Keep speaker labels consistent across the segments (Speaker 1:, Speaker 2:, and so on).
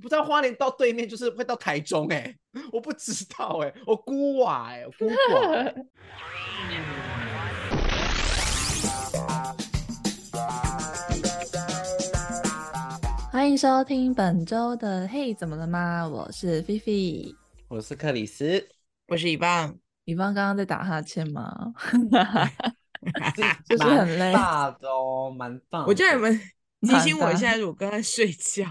Speaker 1: 不知道花莲到对面就是会到台中哎、
Speaker 2: 欸
Speaker 1: 我不知道哎、我孤寡哎、我孤寡欸、
Speaker 3: 欢迎收听本周的《嘿，怎么了吗》？我是菲菲。
Speaker 2: 我是克里斯，
Speaker 4: 我是一棒，
Speaker 3: 以方刚刚在打哈欠吗？
Speaker 2: 这
Speaker 3: 就是
Speaker 2: 蛮
Speaker 3: 很累
Speaker 2: 大的哦，蛮棒。
Speaker 3: 嗯
Speaker 4: 我叫你们提
Speaker 3: 蛮
Speaker 4: 醒我一
Speaker 3: 大
Speaker 4: 下，我刚才睡 觉。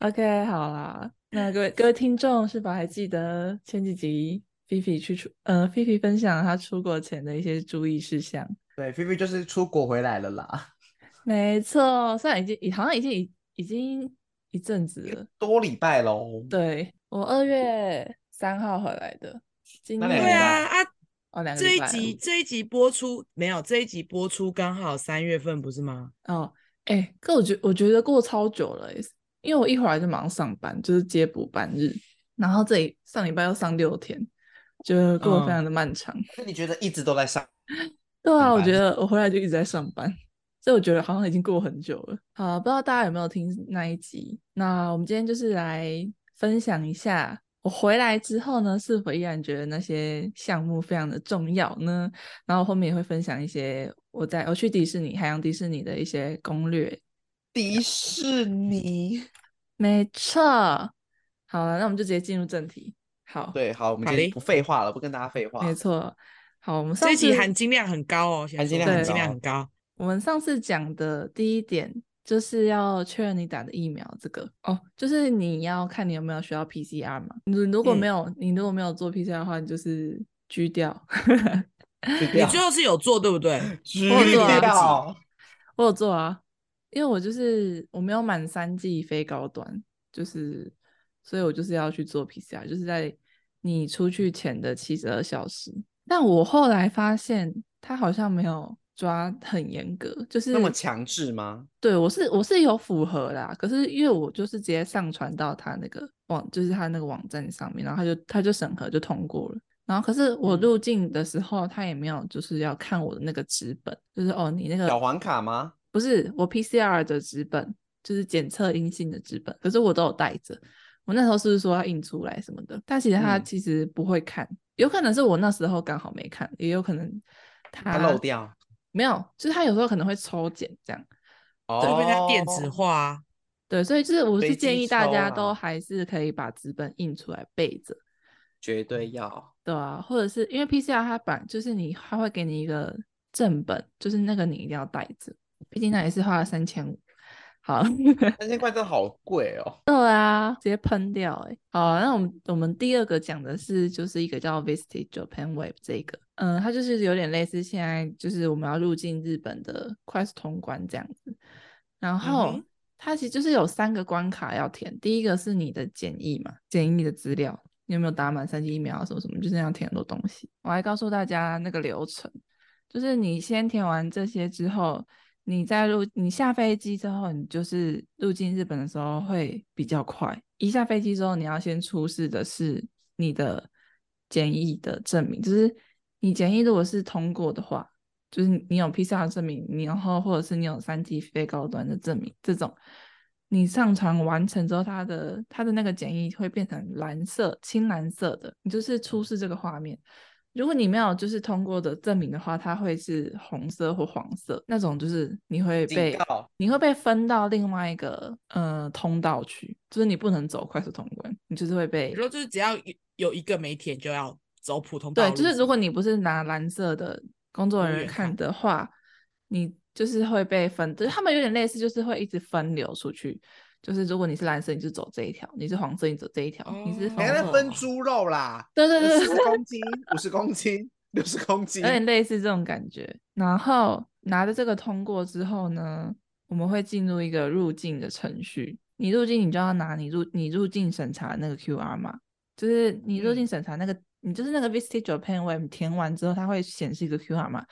Speaker 3: OK，好啦，那各位各位听众是否还记得前几集菲菲去出呃菲菲分享她出国前的一些注意事项？
Speaker 2: 对菲菲就是出国回来了啦，
Speaker 3: 没错，虽然已经已好像已经已已经一阵子了。
Speaker 2: 多礼拜喽。
Speaker 3: 对我二月三号回来的，今
Speaker 2: 那
Speaker 3: 天
Speaker 2: 两个礼
Speaker 4: 对啊
Speaker 2: 拜
Speaker 4: 啊，
Speaker 3: 哦两个
Speaker 4: 这
Speaker 3: 礼
Speaker 4: 一
Speaker 3: 拜了
Speaker 4: 集这一集播出没有？这一集播出刚好三月份不是吗？
Speaker 3: 哦，哎、可我觉我觉得过超久了耶，因为我一回来就马上上班，就是接补班日，然后这里上礼拜要上六天，就过得非
Speaker 4: 嗯
Speaker 3: 常的漫长。
Speaker 2: 那你觉得一直都在上？
Speaker 3: 对啊，我
Speaker 2: 班
Speaker 3: 觉得我回来就一直在上班，所以我觉得好像已经过很久了。好，不知道大家有没有听那一集？那我们今天就是来分享一下，我回来之后呢，是否依然觉得那些项目非常的重要呢？然后后面也会分享一些我在我去迪士尼海洋迪士尼的一些攻略。
Speaker 2: 迪士尼。
Speaker 3: 没错，好了，那我们就直接进入正题。好，
Speaker 2: 对，好，我们
Speaker 4: 好
Speaker 2: 今
Speaker 4: 嘞
Speaker 2: 天不废话了，不跟大家废话。
Speaker 3: 没错，好，我们上
Speaker 4: 这一集
Speaker 3: 次
Speaker 4: 含金量很高哦，先
Speaker 2: 含金
Speaker 4: 说
Speaker 2: 量
Speaker 3: 很
Speaker 4: 含金量很高。
Speaker 3: 我们上次讲的第一点就是要确认你打的疫苗，这个哦，就是你要看你有没有需要 PCR 嘛。你如果没
Speaker 2: 嗯
Speaker 3: 有，你如果没有做 PCR 的话，你就是居掉。
Speaker 2: 就这
Speaker 3: 啊
Speaker 4: 你
Speaker 2: 样
Speaker 4: 最后是有做对不对？
Speaker 2: 知
Speaker 3: 我有做啊
Speaker 2: 道
Speaker 3: 我有做啊，因为我就是我没有满三剂非高端，就是所以我就是要去做 PCR，就是在你出去前的七十二小时。但我后来发现，他好像没有抓很严格，就是
Speaker 2: 那么强制吗？
Speaker 3: 对，我是我是有符合啦，可是因为我就是直接上传到他那个网，就是他那个网站上面，然后他就他就审核就通过了。然后可是我
Speaker 2: 嗯
Speaker 3: 入境的时候，他也没有就是要看我的那个纸本，就是哦你那
Speaker 4: 嗯
Speaker 3: 个
Speaker 2: 小黄卡吗？
Speaker 3: 不是我 PCR 的纸本，就是检测阴性的纸本，可是我都有带着。我那时候是不是说要印出来什么的？但其实他
Speaker 2: 嗯
Speaker 3: 其实不会看，有可能是我那时候刚好没看，也有可能
Speaker 4: 啊
Speaker 3: 他
Speaker 2: 它漏掉。
Speaker 3: 没有，就是他有时候可能会抽检这样。
Speaker 2: 哦
Speaker 4: 这边它电子化啊，
Speaker 3: 对，所以就是我
Speaker 2: 随
Speaker 3: 是建
Speaker 2: 机
Speaker 3: 议大
Speaker 2: 抽啦
Speaker 3: 家都还是可以把纸本印出来备着，
Speaker 2: 绝对要。
Speaker 3: 对啊，或者是因为 PCR 它本来就是你它会给你一个正本，就是那个你一定要带着，毕竟那也是花了三千五。好，
Speaker 2: 三千块真的好贵哦。
Speaker 3: 对啊，直接喷掉哎、好啊，那我们我们第二个讲的是，就是一个叫 Visit Japan Web 这个，嗯，它就是有点类似现在就是我们要入境日本的快速通关这样子。然后、
Speaker 4: 嗯哼
Speaker 3: 它其实就是有三个关卡要填，第一个是你的检疫嘛，检疫的资料，你有没有打满三剂疫苗啊，什么什么，就是要填很多东西。我还告诉大家那个流程，就是你先填完这些之后，你在入你下飞机之后，你就是入境日本的时候会比较快。一下飞机之后，你要先出示的是你的检疫的证明，就是你检疫如果是通过的话，就是你有 PCR 的证明，你然后或者是你有三级非高端的证明，这种你上传完成之后，它的它的那个检疫会变成蓝色、青蓝色的，你就是出示这个画面。如果你没有就是通过的证明的话，它会是红色或黄色那种，就是你会被
Speaker 2: 警告。
Speaker 3: 你会被分到另外一个呃通道去，就是你不能走快速通关，你就是会被
Speaker 4: 你说就是只要有有一个没填就要走普通道
Speaker 3: 对，
Speaker 4: 路
Speaker 3: 就是
Speaker 4: 吗
Speaker 3: 如果你不是拿蓝色的工作
Speaker 4: 服务
Speaker 3: 人员
Speaker 4: 员
Speaker 3: 看
Speaker 4: 看
Speaker 3: 的话，你就是会被分，就是他们有点类似，就是会一直分流出去。就是如果你是蓝色，你就走这一条；你是黄色，你走这一条；你是
Speaker 4: 哦
Speaker 3: 红
Speaker 2: 你还
Speaker 3: 色
Speaker 2: 在，分猪肉 啦？
Speaker 3: 对对对
Speaker 2: 十公斤，五十公斤，六十公斤
Speaker 3: 有。点类似这种感觉。然后拿着这个通过之后呢，我们会进入一个入境的程序。你入境，你就要拿你入你入境审查那个 QR 码，就是你入境审查那个，你就是那个 Visit Japan Web 填完之后，它会显示一个 QR 码，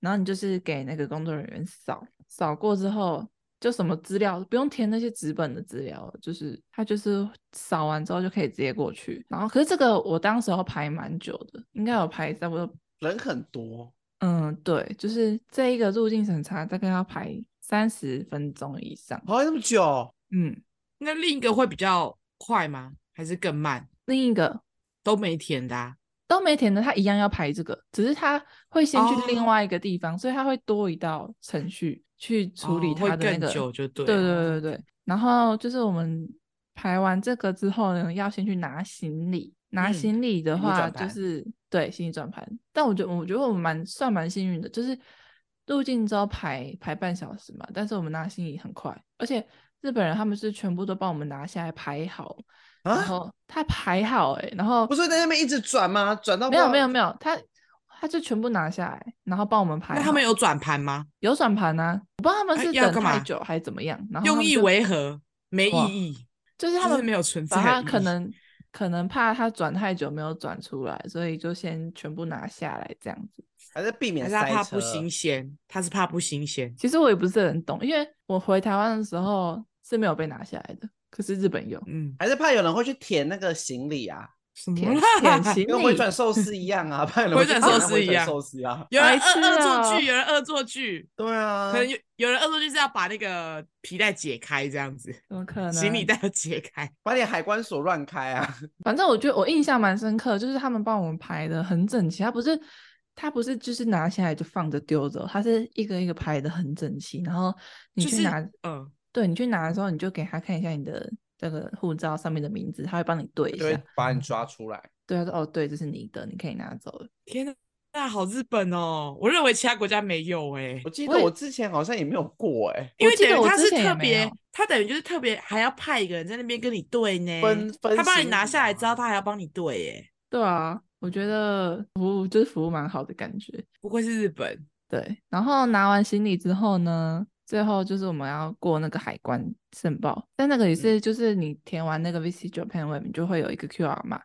Speaker 3: 然后你就是给那个工作人员扫，扫过之后就什么资料不用填那些纸本的资料，就是他就是扫完之后就可以直接过去。然后可是这个我当时候排蛮久的，应该有排差不多
Speaker 2: 人很多，
Speaker 3: 嗯，对，就是这一个入境审查大概要排三十分钟以上。
Speaker 2: 好像那么久，啊
Speaker 3: 嗯，
Speaker 4: 那另一个会比较快吗？还是更慢？
Speaker 3: 另一个
Speaker 4: 都没填的、啊，
Speaker 3: 都没填的，他一样要排这个，只是他会先去另
Speaker 4: 哦
Speaker 3: 外一个地方，所以他会多一道程序去处理
Speaker 4: 哦会
Speaker 3: 他的那
Speaker 4: 更
Speaker 3: 个。
Speaker 4: 久就对哦
Speaker 3: 对
Speaker 4: 了
Speaker 3: 对对对。然后就是我们排完这个之后呢，要先去拿行李。拿
Speaker 4: 嗯
Speaker 3: 行李的
Speaker 2: 行李
Speaker 3: 话，
Speaker 2: 转
Speaker 3: 就
Speaker 2: 盘
Speaker 3: 是对行李转盘。但我觉得，我觉得我们蛮算蛮幸运的，就是入境之后排排半小时嘛，但是我们拿行李很快，而且日本人他们是全部都帮我们拿下来排好，然
Speaker 2: 啊，
Speaker 3: 后他排好哎、然后
Speaker 2: 不是在那边一直转吗？转到
Speaker 3: 没有没有
Speaker 2: 有，
Speaker 3: 没有，他他就全部拿下来，然后帮我们排好。
Speaker 4: 那他们有转盘吗？
Speaker 3: 有转盘啊？我不知道他们
Speaker 4: 哎
Speaker 3: 是
Speaker 4: 要
Speaker 3: 等
Speaker 4: 干
Speaker 3: 太
Speaker 4: 嘛
Speaker 3: 久还是怎么样，然后他
Speaker 4: 用
Speaker 3: 们
Speaker 4: 意
Speaker 3: 就
Speaker 4: 为何？没意
Speaker 3: 哇
Speaker 4: 义，
Speaker 3: 就是
Speaker 4: 就
Speaker 3: 他
Speaker 4: 是
Speaker 3: 们
Speaker 4: 没有存在
Speaker 3: 把他
Speaker 4: 的意
Speaker 3: 可
Speaker 4: 义
Speaker 3: 能可能怕他转太久没有转出来，所以就先全部拿下来这样子。
Speaker 2: 还是避
Speaker 4: 还
Speaker 2: 免
Speaker 4: 是他
Speaker 2: 塞
Speaker 4: 怕
Speaker 2: 车。
Speaker 4: 不新鲜？他是怕不新鲜。
Speaker 3: 其实我也不是很懂，因为我回台湾的时候是没有被拿下来的，可是日本有
Speaker 4: 嗯，
Speaker 2: 还是怕有人会去舔那个行李啊，
Speaker 4: 什么
Speaker 3: 舔
Speaker 4: 啦？
Speaker 3: 舔 行
Speaker 2: 跟回
Speaker 3: 李。
Speaker 2: 转寿司一样啊， 怕有人会去
Speaker 4: 回转
Speaker 2: 舔那
Speaker 4: 寿司一样
Speaker 2: 回转寿司 啊，
Speaker 4: 有
Speaker 3: 白
Speaker 4: 人
Speaker 3: 痴
Speaker 4: 恶恶作
Speaker 3: 啊
Speaker 4: 剧，有人恶作剧，
Speaker 2: 对啊
Speaker 4: 可，能有有人恶作剧是要把那个皮带解开这样子，
Speaker 3: 怎么可能？
Speaker 4: 行李带要解开。
Speaker 2: 把你海关锁乱开啊，
Speaker 3: 反正我觉得我印象蛮深刻，就是他们帮我们排的很整齐，他不是他不是就是拿下来就放着丢着，他是一个一个排的很整齐，然后你
Speaker 4: 就
Speaker 3: 去
Speaker 4: 是
Speaker 3: 拿，
Speaker 4: 嗯，
Speaker 3: 对你去拿的时候，你就给他看一下你的这个护照上面的名字，他会帮你对一
Speaker 2: 就会
Speaker 3: 下，
Speaker 2: 把你抓出来。
Speaker 3: 对，他说哦对，这是你的，你可以拿走了。
Speaker 4: 天哪，那好日本哦！我认为其他国家没有哎、
Speaker 2: 我记
Speaker 3: 我
Speaker 2: 得
Speaker 3: 也
Speaker 2: 我之前好像也没有过哎、
Speaker 4: 因为
Speaker 3: 记
Speaker 4: 等
Speaker 3: 得
Speaker 4: 于
Speaker 3: 我
Speaker 4: 他
Speaker 3: 之
Speaker 4: 是
Speaker 3: 前也
Speaker 4: 特
Speaker 3: 没
Speaker 4: 别
Speaker 3: 有，
Speaker 4: 他等于就是特别还要派一个人在那边跟你对呢，
Speaker 2: 分分
Speaker 4: 他帮
Speaker 2: 行
Speaker 4: 你拿
Speaker 2: 李
Speaker 4: 下来
Speaker 2: 啊
Speaker 4: 之后，他还要帮你对耶，
Speaker 3: 对啊，我觉得服务就是服务蛮好的感觉。
Speaker 4: 不愧是日本。
Speaker 3: 对，然后拿完行李之后呢，最后就是我们要过那个海关申报，但那个也是就是你填完那个 VC Japan Web，你就会有一个 QR 码，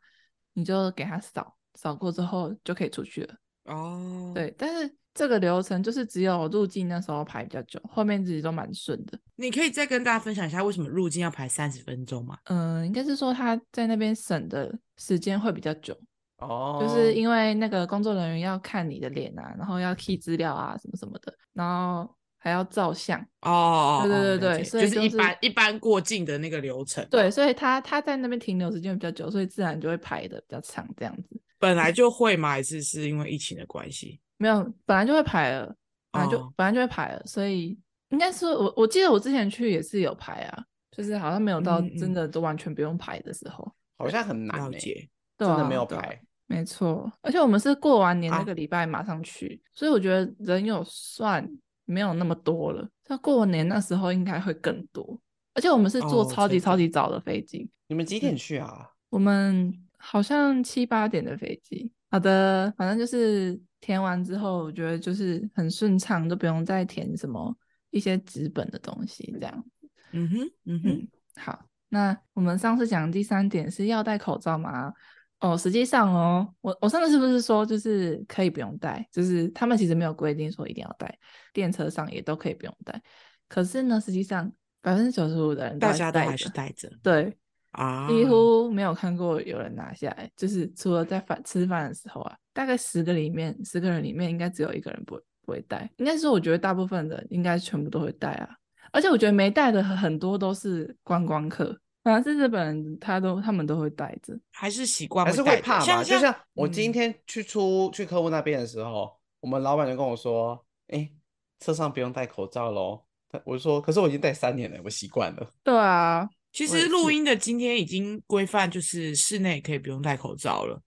Speaker 3: 你就给它扫，扫过之后就可以出去了。
Speaker 4: 哦，，
Speaker 3: 对，但是这个流程就是只有入境那时候排比较久，后面自己都蛮顺的。
Speaker 4: 你可以再跟大家分享一下为什么入境要排三十分钟吗？
Speaker 3: 嗯、应该是说他在那边审的时间会比较久，
Speaker 2: 哦，
Speaker 3: 就是因为那个工作人员要看你的脸啊，然后要 key 资料啊什么什么的，然后还要照相。
Speaker 4: 哦哦，
Speaker 3: 对对
Speaker 4: 哦
Speaker 3: 对对
Speaker 4: 了解
Speaker 3: 所以
Speaker 4: 就是一
Speaker 3: 就是
Speaker 4: 般一般过境的那个流程，
Speaker 3: 对，，所以他他在那边停留时间比较久，所以自然就会排的比较长这样子。
Speaker 4: 本来就会嘛，还是是因为疫情的关系？
Speaker 3: 没有，本来就会排了，本来就、
Speaker 4: 哦
Speaker 3: 本来就会排了，所以应该是我我记得我之前去也是有排啊，就是好像没有到
Speaker 4: 嗯
Speaker 3: 真
Speaker 4: 嗯
Speaker 3: 的都完全不用排的时候，
Speaker 2: 好像很难、
Speaker 4: 了
Speaker 2: 欸，
Speaker 4: 解，
Speaker 3: 对
Speaker 2: 真的
Speaker 3: 啊
Speaker 2: 没有
Speaker 3: 对啊
Speaker 2: 排。
Speaker 3: 没错，而且我们是过完年那
Speaker 4: 啊
Speaker 3: 个礼拜马上去，所以我觉得人有算没有那么多了。像过完年那时候应该会更多，而且我们是坐
Speaker 4: 哦
Speaker 3: 超级
Speaker 4: 真
Speaker 3: 超
Speaker 4: 的
Speaker 3: 级早的飞机，
Speaker 2: 你们几点去啊？
Speaker 3: 我们好像七八点的飞机。好的，反正就是填完之后，我觉得就是很顺畅，都不用再填什么一些纸本的东西。这样，
Speaker 4: 嗯哼，嗯哼，
Speaker 3: 嗯，好。那我们上次讲的第三点是要戴口罩吗？哦，实际上哦，我我上次是不是说就是可以不用戴？就是他们其实没有规定说一定要戴，电车上也都可以不用戴。可是呢，实际上百分之九十五的人都
Speaker 4: 大
Speaker 3: 是
Speaker 4: 家都
Speaker 3: 戴
Speaker 4: 还是
Speaker 3: 着
Speaker 4: 戴着
Speaker 3: 对，
Speaker 4: 啊，
Speaker 3: 几乎没有看过有人拿下来，就是除了在饭吃饭的时候啊，大概十个里面，十个人里面应该只有一个人不会不会带。应该说，我觉得大部分的应该全部都会带啊。而且我觉得没带的很很多都是观光客，反而是日本人，他都他们都会带着。
Speaker 4: 还是习惯
Speaker 2: 还是
Speaker 4: 戴
Speaker 2: 会
Speaker 4: 着
Speaker 2: 怕嘛？
Speaker 4: 像
Speaker 2: 就像我今
Speaker 4: 嗯
Speaker 2: 天去出、去客户那边的时候，我们老板就跟我说：“哎、车上不用戴口罩喽。”他我就说：“可是我已经戴三年了，我习惯了。
Speaker 3: 对啊，
Speaker 4: 其
Speaker 3: 我也
Speaker 4: 实录
Speaker 3: 是
Speaker 4: 音的今天已经规范，就是室内可以不用戴口罩了。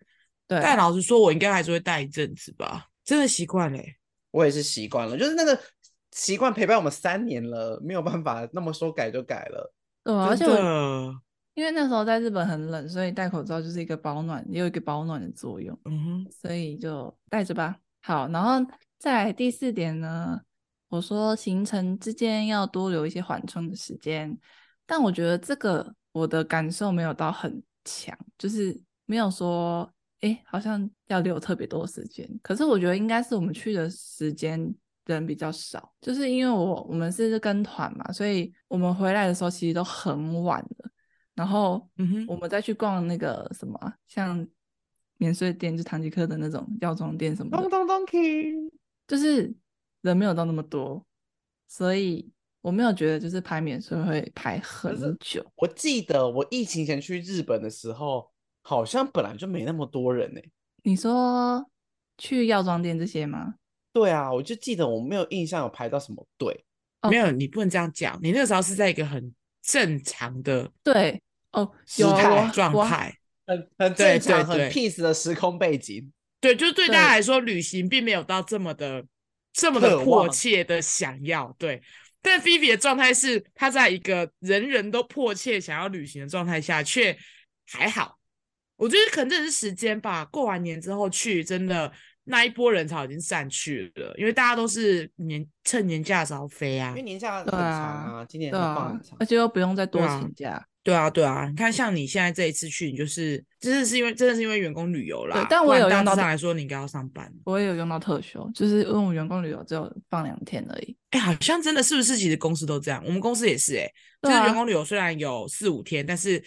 Speaker 3: 对，
Speaker 4: 但老实说，我应该还是会戴一阵子吧，真的习惯欸嘞。
Speaker 2: 我也是习惯了，就是那个习惯陪伴我们三年了，没有办法那么说改就改了。
Speaker 3: 对啊、而且我
Speaker 4: 真的，
Speaker 3: 因为那时候在日本很冷，所以戴口罩就是一个保暖，也有一个保暖的作用。
Speaker 4: 嗯哼，
Speaker 3: 所以就带着吧。好，然后再来第四点呢，我说行程之间要多留一些缓冲的时间，但我觉得这个我的感受没有到很强，就是没有说，诶，好像要留特别多的时间。可是我觉得应该是我们去的时间人比较少，就是因为我我们是跟团嘛，所以我们回来的时候其实都很晚了，然后
Speaker 4: 嗯哼
Speaker 3: 我们再去逛那个什么啊，像免税店，就唐吉诃德那种药妆店什么的，
Speaker 2: 咚咚咚 k
Speaker 3: 就是人没有到那么多，所以我没有觉得就是排免税会排很久。
Speaker 2: 我记得我疫情前去日本的时候，好像本来就没那么多人欸呢、
Speaker 3: 你说去药妆店这些吗？
Speaker 2: 对啊，我就记得我没有印象有排到什么队。
Speaker 3: 哦
Speaker 4: 没有，你不能这样讲。你那个时候是在一个很正常的
Speaker 3: 对，哦，
Speaker 2: 时
Speaker 3: 有
Speaker 2: 态
Speaker 3: 啊，我
Speaker 4: 状
Speaker 3: 我
Speaker 4: 态，
Speaker 2: 很很
Speaker 4: 对
Speaker 2: 正常、
Speaker 4: 对
Speaker 2: 很
Speaker 4: 对
Speaker 2: peace 的时空背景，
Speaker 4: 对，就是对大
Speaker 3: 对
Speaker 4: 家来说，旅行并没有到这么的、这么的
Speaker 2: 渴
Speaker 4: 迫
Speaker 2: 望
Speaker 4: 切的想要。对，但菲菲的状态是，她在一个人人都迫切想要旅行的状态下，却还好。我觉得可能真的是时间吧，过完年之后去，真的那一波人潮已经散去了，因为大家都是年趁年假的时候飞啊
Speaker 2: 因为。年假很
Speaker 3: 对
Speaker 2: 长
Speaker 3: 啊
Speaker 2: 啊，今年
Speaker 3: 对
Speaker 2: 它放
Speaker 3: 啊
Speaker 2: 很长，
Speaker 3: 而。且又不用再多
Speaker 4: 对啊
Speaker 3: 请假。
Speaker 4: 对啊，对啊，你看像你现在这一次去，你就是真的是因为真的是因为员工旅游啦。
Speaker 3: 但
Speaker 4: 不
Speaker 3: 我
Speaker 4: 然
Speaker 3: 有
Speaker 4: 大
Speaker 3: 用到
Speaker 4: 致
Speaker 3: 这
Speaker 4: 上来说，你应该要上班。
Speaker 3: 我也有用到特休，就是因为我员工旅游只有放两天而已。
Speaker 4: 哎、好像真的是不是？其实公司都这样，我们公司也是、哎、
Speaker 3: 对
Speaker 4: 就是
Speaker 3: 啊
Speaker 4: 员工旅游虽然有四五天，但是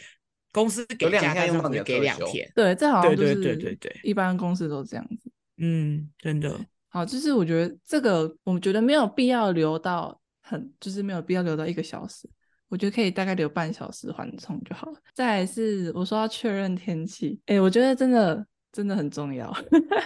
Speaker 4: 公司给
Speaker 2: 有两
Speaker 4: 假，
Speaker 2: 天
Speaker 4: 但是
Speaker 2: 用
Speaker 4: 我
Speaker 2: 到你的
Speaker 4: 们给
Speaker 2: 特
Speaker 4: 两
Speaker 2: 休
Speaker 4: 天。
Speaker 3: 对，这好像
Speaker 4: 对
Speaker 3: 哦就
Speaker 4: 对
Speaker 3: 是
Speaker 4: 对对对，
Speaker 3: 一般公司都这样子。
Speaker 4: 嗯，真的，
Speaker 3: 好，就是我觉得这个，我觉得没有必要留到很，就是没有必要留到一个小时，我觉得可以大概留半小时缓冲就好了。再来是我说要确认天气，哎、我觉得真的真的很重要，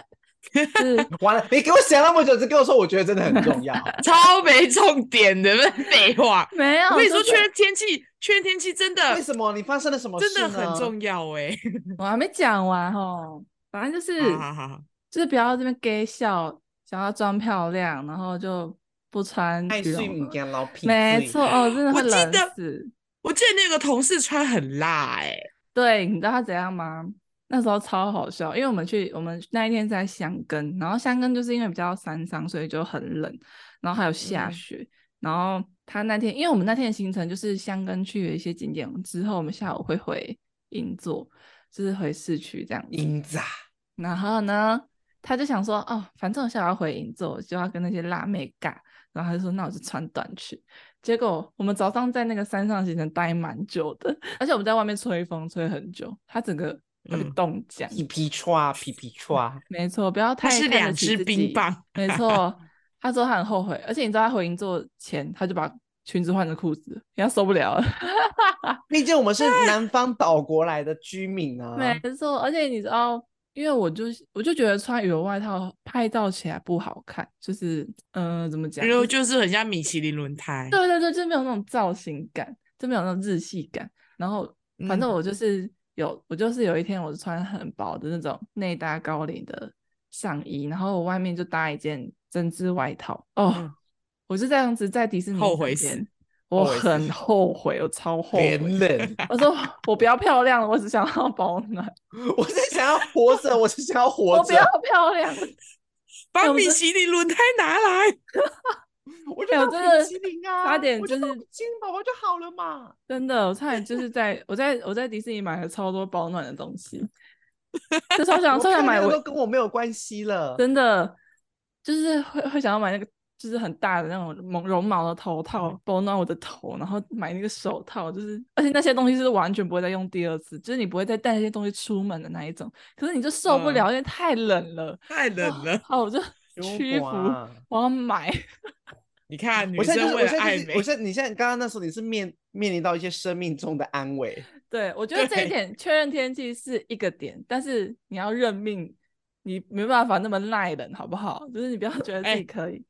Speaker 3: 就是。
Speaker 2: 完了，你给我想那么久，只跟我说我觉得真的很重要。
Speaker 4: 超没重点的，不是废话
Speaker 3: 没有
Speaker 4: 我跟你说，
Speaker 3: 就是
Speaker 4: 确认天气，确认天气真
Speaker 2: 为
Speaker 4: 的
Speaker 2: 什么你发生了什么事
Speaker 4: 真
Speaker 2: 呢？
Speaker 4: 的很重要、哎，
Speaker 3: 我还没讲完哦，反正就是
Speaker 4: 好好好好，
Speaker 3: 就是不要这边 gay 笑，想要装漂亮，然后就不穿
Speaker 2: 爱
Speaker 3: 羽
Speaker 2: 睡
Speaker 3: 绒
Speaker 2: 敏
Speaker 3: 服。
Speaker 2: 感老屁。
Speaker 3: 没错，哦，真的
Speaker 4: 我
Speaker 3: 会
Speaker 4: 记
Speaker 3: 冷
Speaker 4: 得
Speaker 3: 死。
Speaker 4: 我记得那个同事穿很辣、哎，
Speaker 3: 对，你知道他怎样吗？那时候超好笑，因为我们去我们那一天是在箱根，然后箱根就是因为比较山上，所以就很冷，然后还有下
Speaker 4: 嗯
Speaker 3: 雪。然后他那天，因为我们那天的行程就是箱根去了一些景点之后，我们下午会回银座，就是回市区这样子。
Speaker 2: 英子啊，
Speaker 3: 然后呢，他就想说，哦，反正我下午要回银座，我就要跟那些辣妹尬。然后他就说，那我就穿短裙。结果我们早上在那个山上行程待蛮久的，而且我们在外面吹风吹很久，他整个会
Speaker 4: 嗯
Speaker 3: 冻僵。
Speaker 2: 皮皮抓，皮皮 抓，
Speaker 3: 没错，不要太
Speaker 4: 它是
Speaker 3: 看得
Speaker 4: 两
Speaker 3: 起
Speaker 4: 只
Speaker 3: 自
Speaker 4: 冰
Speaker 3: 己。
Speaker 4: 棒，
Speaker 3: 没错，他说他很后悔，而且你知道他回银座前，他就把裙子换成裤子，人家受不了了。
Speaker 2: 毕竟我们是南方岛国来的居民啊。
Speaker 3: 没错，而且你知道，因为我就是我就觉得穿羽绒外套拍照起来不好看，就是嗯、呃怎么讲？
Speaker 4: 然后就是很像米其林轮胎。
Speaker 3: 对对对，就没有那种造型感，就没有那种日系感。然后反正
Speaker 4: 嗯
Speaker 3: 我就是有，我就是有一天我是穿很薄的那种内搭高领的上衣，然后我外面就搭一件针织外套。哦，
Speaker 4: 嗯
Speaker 3: 我就这样子在迪士尼
Speaker 4: 后
Speaker 3: 一整
Speaker 4: 悔死
Speaker 3: 天，我
Speaker 2: 后悔死
Speaker 3: 很后悔，我超后
Speaker 2: 别
Speaker 3: 悔。
Speaker 2: 冷，
Speaker 3: 我说我不要漂亮了，我只想要保暖，
Speaker 2: 我是想要活着，我是想要活
Speaker 3: 我不要
Speaker 2: 着。
Speaker 3: 漂亮。
Speaker 4: 把
Speaker 3: 我
Speaker 4: 米
Speaker 3: 真
Speaker 4: 其林轮胎拿来，
Speaker 2: 我
Speaker 3: 哎
Speaker 2: 就
Speaker 3: 我
Speaker 2: 当
Speaker 3: 真的
Speaker 2: 冰淇淋啊，
Speaker 3: 差点
Speaker 2: 我就
Speaker 3: 就
Speaker 2: 当
Speaker 3: 是
Speaker 2: 冰淇淋宝宝就好了嘛。
Speaker 3: 真的，我差点就是在我在我在迪士尼买了超多保暖的东西，就超想
Speaker 2: 我
Speaker 3: 超想
Speaker 2: 漂
Speaker 3: 买
Speaker 2: 亮
Speaker 3: 围
Speaker 2: 都跟我没有关系了。
Speaker 3: 真的就是会会想要买那个，就是很大的那种绒绒毛的头套，保暖我的头，然后买那个手套，就是而且那些东西是完全不会再用第二次，就是你不会再带那些东西出门的那一种。可是你就受不
Speaker 4: 嗯
Speaker 3: 了，因为太冷了。
Speaker 4: 太冷了。
Speaker 3: 好， 我就
Speaker 2: 如
Speaker 3: 屈服
Speaker 2: 果，啊
Speaker 3: 我要买。
Speaker 4: 你看，女
Speaker 2: 我现在就
Speaker 4: 生
Speaker 2: 是，
Speaker 4: 为
Speaker 2: 我
Speaker 4: 了
Speaker 2: 现在
Speaker 4: 爱
Speaker 2: 就是，
Speaker 4: 美
Speaker 2: 我，现在，你现在刚刚那时候你是面面临到一些生命中的安危，
Speaker 3: 对，我觉得这一
Speaker 4: 对
Speaker 3: 点确认天气是一个点，但是你要认命，你没办法那么耐冷，好不好？就是你不要觉得自
Speaker 4: 哎
Speaker 3: 己可以。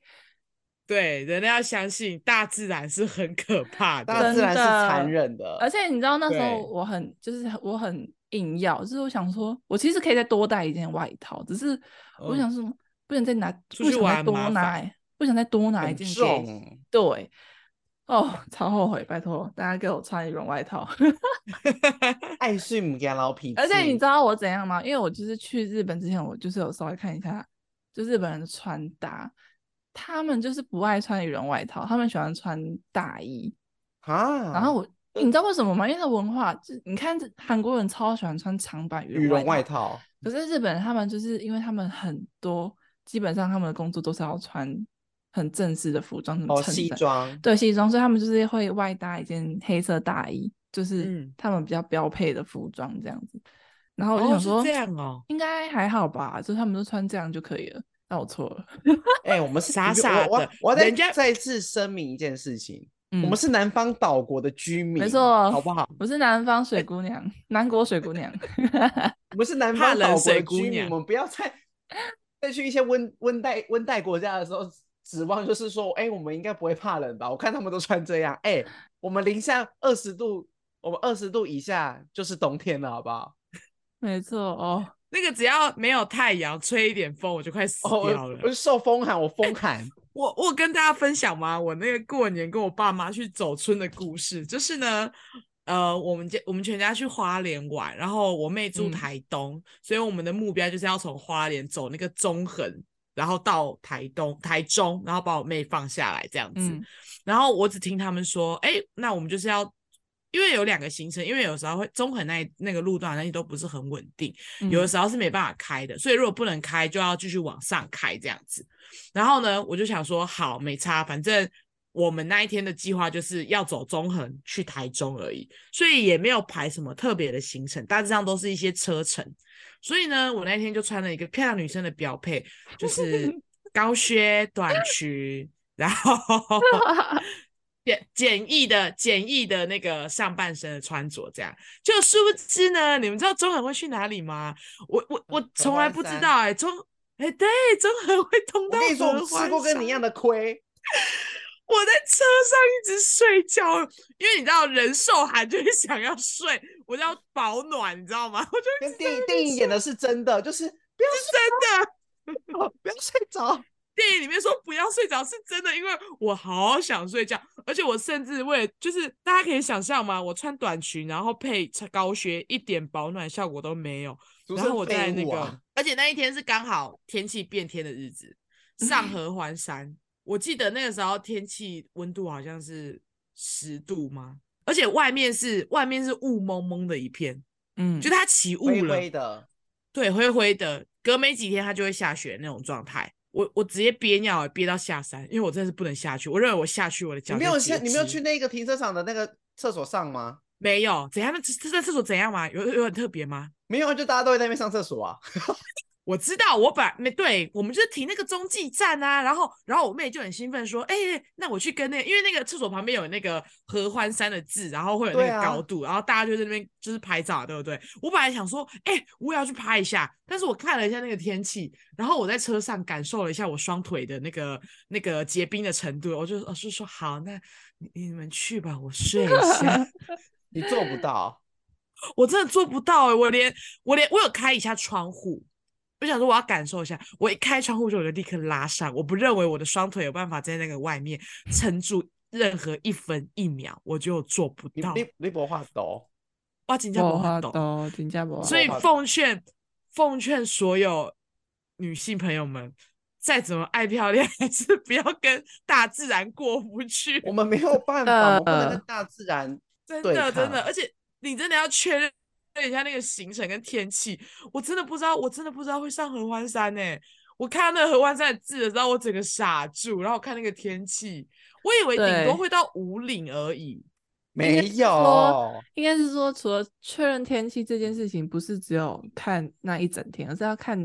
Speaker 4: 对，人类要相信大自然是很可怕
Speaker 2: 大
Speaker 4: 的。
Speaker 2: 自然是残
Speaker 3: 的
Speaker 2: 忍的，
Speaker 3: 而且你知道那时候
Speaker 2: 对
Speaker 3: 我很就是我很硬要，就是我想说，我其实可以再多带一件外套，只是我
Speaker 4: 嗯
Speaker 3: 想说不能再拿，不
Speaker 4: 出去
Speaker 3: 想再
Speaker 4: 玩
Speaker 3: 多
Speaker 4: 麻
Speaker 3: 拿
Speaker 4: 烦
Speaker 3: 欸，不想再多拿一
Speaker 2: 很
Speaker 3: 件给。
Speaker 2: 重。
Speaker 3: 对，哦，超后悔，拜托大家给我穿羽绒外套。
Speaker 2: 爱睡母给老脾气，
Speaker 3: 而且你知道我怎样吗？因为我就是去日本之前，我就是有稍微看一下，就日本人的穿搭，他们就是不爱穿羽绒外套，他们喜欢穿大衣。
Speaker 2: 啊，
Speaker 3: 然后我，你知道为什么吗？因为他文化，就你看这韩国人超喜欢穿长版
Speaker 2: 羽
Speaker 3: 羽
Speaker 2: 绒
Speaker 3: 绒
Speaker 2: 外
Speaker 3: 外，
Speaker 2: 套，
Speaker 3: 可是日本人他们就是因为他们很多，基本上他们的工作都是要穿很正式的服装，什么
Speaker 2: 哦，
Speaker 3: 衬
Speaker 2: 西
Speaker 3: 衫
Speaker 2: 装，
Speaker 3: 对西装，所以他们就是会外搭一件黑色大衣，就是
Speaker 4: 嗯
Speaker 3: 他们比较标配的服装这样子。然后我就
Speaker 4: 哦，
Speaker 3: 想
Speaker 4: 是
Speaker 3: 说，
Speaker 4: 这样哦，
Speaker 3: 应该还好吧，就是他们都穿这样就可以了。那我错了，
Speaker 2: 哎，我们是
Speaker 4: 傻
Speaker 2: 我
Speaker 4: 傻
Speaker 2: 我
Speaker 4: 的
Speaker 2: 我要再
Speaker 4: 人家
Speaker 2: 再次声明一件事情，
Speaker 3: 嗯
Speaker 2: 我们是南方岛国的居民，
Speaker 3: 没错
Speaker 2: 好不好？
Speaker 3: 我是南方
Speaker 2: 哎
Speaker 3: 水姑娘，南国水姑 娘。
Speaker 2: 我们是南
Speaker 4: 怕
Speaker 2: 方
Speaker 4: 冷
Speaker 2: 岛国
Speaker 4: 水
Speaker 2: 的
Speaker 4: 姑
Speaker 2: 居民，
Speaker 4: 娘
Speaker 2: 我们不要再 再去一些温温带温带国家的时候，指望就是说，哎、我们应该不会怕冷吧？我看他们都穿这样，哎、我们零下二十度，我们二十度以下就是冬天了，好不好？
Speaker 3: 没错哦，
Speaker 4: 那个只要没有太阳，吹一点风，我就快死
Speaker 2: 哦，我
Speaker 4: 掉了。
Speaker 2: 我是受风寒，我风 寒，
Speaker 4: 我我有跟大家分享吗？我那个过年跟我爸妈去走村的故事，就是呢，呃，我们家我们全家去花莲玩，然后我妹住
Speaker 3: 嗯
Speaker 4: 台东，所以我们的目标就是要从花莲走那个中横，然后到台东台中，然后把我妹放下来这样子。
Speaker 3: 嗯
Speaker 4: 然后我只听他们说，哎，那我们就是要。因为有两个行程，因为有时候会中横那一那个路段那些都不是很稳定，有的
Speaker 3: 嗯
Speaker 4: 时候是没办法开的，所以如果不能开，就要继续往上开这样子。然后呢，我就想说，好，没差，反正我们那一天的计划就是要走中横去台中而已，所以也没有排什么特别的行程，大致上都是一些车程。所以呢，我那天就穿了一个漂亮女生的标配，就是高靴短裙，然后
Speaker 3: 嗯
Speaker 4: 简简易的简易的那个上半身的穿着，这样就殊不知呢，你们知道中恒会去哪里吗？我我我从来不知
Speaker 2: 嗯湾山
Speaker 4: 道哎、中哎、对，中恒会通
Speaker 2: 我
Speaker 4: 到
Speaker 2: 跟你说，我
Speaker 4: 合
Speaker 2: 吃
Speaker 4: 欢
Speaker 2: 过跟你一
Speaker 4: 山
Speaker 2: 样的亏，
Speaker 4: 我在车上一直睡觉，因为你知道人受寒就会想要睡，我就要保暖，你知道吗？我 就
Speaker 2: 跟电影电影演的是真的，就是不 要真的，哦不要睡着。
Speaker 4: 电影里面说不要睡着是真的，因为我好想睡觉，而且我甚至为了就是大家可以想象吗？我穿短裙，然后配穿高靴，一点保暖效果都没有。
Speaker 2: 竹
Speaker 4: 然后
Speaker 2: 生
Speaker 4: 我
Speaker 2: 废
Speaker 4: 在那
Speaker 2: 物
Speaker 4: 个，
Speaker 2: 啊
Speaker 4: 而且那一天是刚好天气变天的日子，
Speaker 2: 嗯
Speaker 4: 上合欢山。我记得那个时候天气温度好像是十度吗？而且外面是外面是雾蒙蒙的一片，
Speaker 3: 嗯，
Speaker 4: 就它起雾
Speaker 2: 灰
Speaker 4: 了，
Speaker 2: 灰的，
Speaker 4: 对，灰灰的，隔没几天它就会下雪那种状态。我我直接憋尿欸，憋到下山，因为我真的是不能下去，我认为我下去我的
Speaker 2: 你
Speaker 4: 脚
Speaker 2: 没
Speaker 4: 就
Speaker 2: 有
Speaker 4: 截
Speaker 2: 先，你没有
Speaker 4: 肢
Speaker 2: 去那个停车场的那个厕所上吗？
Speaker 4: 没有怎样？那这在厕所怎样嘛？有有很特别吗？
Speaker 2: 没有，啊，就大家都会在那边上厕所 啊。
Speaker 4: 我知道，我本来没对，我们就是停那个中继站啊，然后，然后我妹就很兴奋说：“哎、那我去跟那个因为那个厕所旁边有那个合欢山的字，然后会有那
Speaker 2: 对
Speaker 4: 个
Speaker 2: 啊
Speaker 4: 高度，然后大家就在那边就是拍照，对不对？”我本来想说：“哎、我也要去拍一下。”但是我看了一下那个天气，然后我在车上感受了一下我双腿的那个那个结冰的程度，我就我就说：“好，那你你们去吧，我睡一下。”
Speaker 2: 你做不到，
Speaker 4: 我真的做不到哎、我连我连我有开一下窗户，我想说我要感受一下，我一开窗户就我就立刻拉上，我不认为我的双腿有办法在那个外面撑住任何一分一秒，我就做不
Speaker 2: 你
Speaker 4: 到。
Speaker 2: 你你不画抖，
Speaker 4: 哇，新加
Speaker 3: 我
Speaker 4: 坡
Speaker 3: 花
Speaker 4: 很懂，
Speaker 3: 都新加坡，
Speaker 4: 所以
Speaker 2: 我懂
Speaker 4: 奉劝奉劝所有女性朋友们，再怎么爱漂亮，还是不要跟大自然过不去。
Speaker 2: 我们没有办 法，我们不能
Speaker 3: 呃
Speaker 2: 跟大自然。
Speaker 4: 真
Speaker 2: 对
Speaker 4: 的真的，
Speaker 2: 抗
Speaker 4: 而且你真的要确认一下那个行程跟天气。我真的不知道，我真的不知道会上合欢山呢、我看到那个合欢山的字的时候，我整个傻住。然后我看那个天气，我以为顶
Speaker 3: 对
Speaker 4: 多会到五岭而已。
Speaker 2: 没
Speaker 3: 是
Speaker 2: 有
Speaker 3: 说，应该是说，除了确认天气这件事情，不是只有看那一整天，而是要看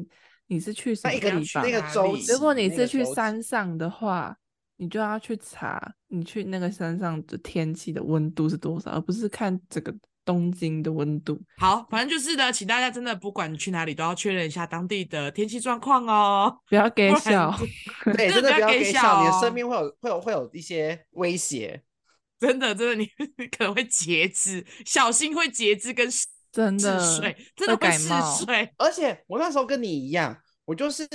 Speaker 3: 你是去什
Speaker 2: 那
Speaker 3: 么
Speaker 2: 一个
Speaker 3: 地
Speaker 4: 地方
Speaker 2: 那。
Speaker 3: 方
Speaker 2: 个
Speaker 4: 哪
Speaker 2: 周
Speaker 4: 里
Speaker 2: 期，
Speaker 3: 如果你
Speaker 2: 那个
Speaker 3: 是去
Speaker 2: 周期，
Speaker 3: 山上的话，你就要去查你去那个山上的天气的温度是多少，而不是看整个东京的温度。
Speaker 4: 好，反正就是呢，请大家真的不管你去哪里，都要确认一下当地的天气状况哦。
Speaker 3: 不要给
Speaker 4: 不然
Speaker 3: 小，
Speaker 2: 对， 真的
Speaker 4: 不
Speaker 2: 不
Speaker 4: 要
Speaker 2: 要
Speaker 4: 给
Speaker 2: 给
Speaker 4: 笑
Speaker 2: 笑，你的
Speaker 4: 哦
Speaker 2: 生命会有会有会有一些威胁。
Speaker 4: 真的真的，你 你可能会截肢，小心会截肢跟嗜
Speaker 3: 真
Speaker 4: 嗜
Speaker 3: 的
Speaker 4: 睡，真
Speaker 3: 会
Speaker 4: 的会
Speaker 3: 感
Speaker 4: 嗜
Speaker 3: 冒
Speaker 4: 睡。
Speaker 2: 而且我那时候跟你一样，我就是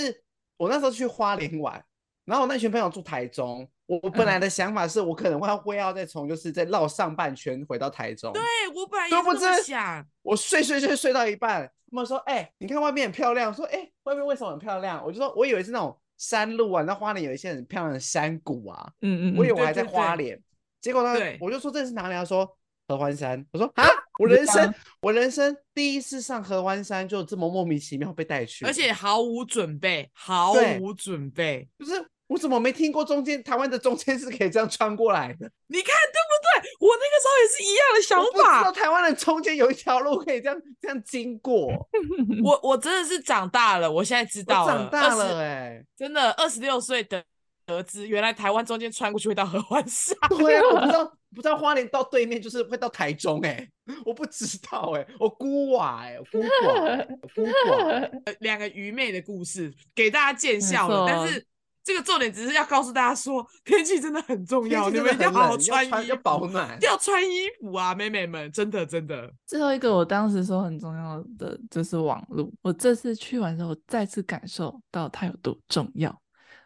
Speaker 2: 我那时候去花莲玩，然后我那群朋友住台中，我我本来的想法是我可能会要会要再从就是再绕上半圈回到台中。对
Speaker 4: 对我本来也
Speaker 2: 殊
Speaker 4: 是
Speaker 2: 不
Speaker 4: 这么
Speaker 2: 知
Speaker 4: 想，
Speaker 2: 我睡睡睡睡到一半，他们说：“哎、你看外面很漂亮。”我说：“哎、外面为什么很漂亮？”我就说：“我以为是那种山路啊，那花莲有一些很漂亮的山谷啊，
Speaker 3: 嗯嗯
Speaker 2: 我以为
Speaker 3: 嗯，
Speaker 2: 我还在
Speaker 4: 对对
Speaker 2: 花
Speaker 4: 对
Speaker 2: 莲。结果呢
Speaker 4: 对，
Speaker 2: 我就说这是哪里啊？他说合欢山。我 说：“啊，我人生我人生第一次上合欢山，就这么莫名其妙被带去，
Speaker 4: 而且毫无准备，毫
Speaker 2: 对
Speaker 4: 无准备。
Speaker 2: 就是我怎么没听过中间台湾的中间是可以这样穿过来的？
Speaker 4: 你看对不对？我那个时候也是一样的
Speaker 2: 我不
Speaker 4: 想
Speaker 2: 知道
Speaker 4: 法。
Speaker 2: 台湾的中间有一条路可以这样这样经过。
Speaker 3: 我
Speaker 4: 我我真的是长大了，我现在知
Speaker 2: 我
Speaker 4: 道了，
Speaker 2: 长大
Speaker 4: 20
Speaker 2: 了、哎。”
Speaker 4: 真的二十六岁的得知，原来台湾中间穿过去会到合欢山。
Speaker 1: 对啊，我不知道，不知道花莲到对面就是会到台中哎、我不知道哎、我孤寡哎、我孤寡欸、我孤寡 欸、
Speaker 4: 呃两个愚昧的故事给大家见笑
Speaker 3: 错
Speaker 4: 了，但是这个重点只是要告诉大家说，天气真的很重
Speaker 1: 天
Speaker 4: 要，
Speaker 1: 气
Speaker 4: 你
Speaker 1: 真
Speaker 4: 们
Speaker 1: 的
Speaker 4: 一定要
Speaker 1: 很
Speaker 4: 好好
Speaker 1: 冷
Speaker 4: 穿
Speaker 1: 要
Speaker 4: 衣
Speaker 1: 穿要
Speaker 4: 服
Speaker 1: 保暖。
Speaker 4: 要穿衣服啊，妹妹们，真的真的，
Speaker 3: 最后一个我当时说很重要的就是网络，我这次去完之后再次感受到它有多重要。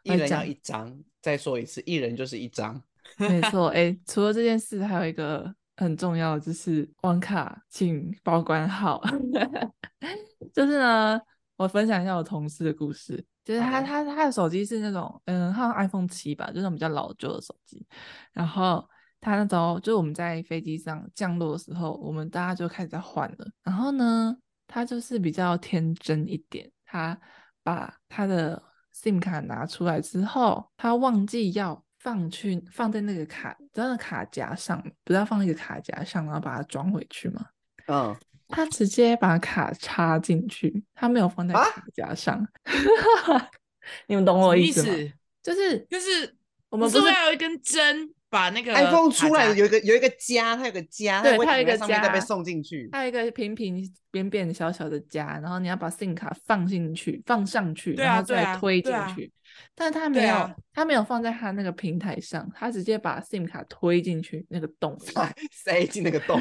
Speaker 1: 一
Speaker 3: 来
Speaker 1: 人要
Speaker 3: 讲
Speaker 1: 一张，再说一次，一人就是一张。
Speaker 3: 没错，哎、除了这件事，还有一个很重要的就是网卡请保管好。 就是呢，我分享一下我同事的故事，就是他他他的手机是那种，嗯，他用 iPhone 七吧，就那种比较老旧的手机。然后他那时候就是我们在飞机上降落的时候，我们大家就开始在换了。然后呢，他就是比较天真一点，他把他的 SIM 卡拿出来之后，他忘记要放去放在那个卡，真的卡夹上，不是要放那个卡夹上，然后把它装回去吗？
Speaker 1: 嗯，
Speaker 3: 他直接把卡插进去，他没有放在
Speaker 1: 啊
Speaker 3: 卡夹上。 你们懂
Speaker 4: 什
Speaker 3: 我
Speaker 4: 么
Speaker 3: 意
Speaker 4: 意
Speaker 3: 思吗？
Speaker 4: 思
Speaker 3: 就是
Speaker 4: 就是
Speaker 3: 我们
Speaker 4: 不
Speaker 3: 不
Speaker 4: 是
Speaker 3: 是
Speaker 4: 会有一根针把那个
Speaker 1: iPhone
Speaker 4: 卡
Speaker 1: 出来
Speaker 4: 夹
Speaker 1: 了有一个有一个夹，它有个夹，
Speaker 3: 呃对
Speaker 1: 会
Speaker 3: 它有一
Speaker 1: 躺在上
Speaker 3: 个
Speaker 1: 面再被
Speaker 3: 夹
Speaker 1: 送进去。
Speaker 3: 它有一个平平扁扁小小的夹，然后你要把 SIM 卡放进去，放上去，
Speaker 4: 对
Speaker 3: 然
Speaker 4: 啊
Speaker 3: 后
Speaker 4: 对
Speaker 3: 再
Speaker 4: 啊
Speaker 3: 推进
Speaker 4: 对啊
Speaker 3: 去。但是他没
Speaker 4: 对
Speaker 3: 有，
Speaker 4: 啊
Speaker 3: 他没有放在他那个平台上，他直接把 SIM 卡推进去那个洞里，
Speaker 1: 塞进那个 洞，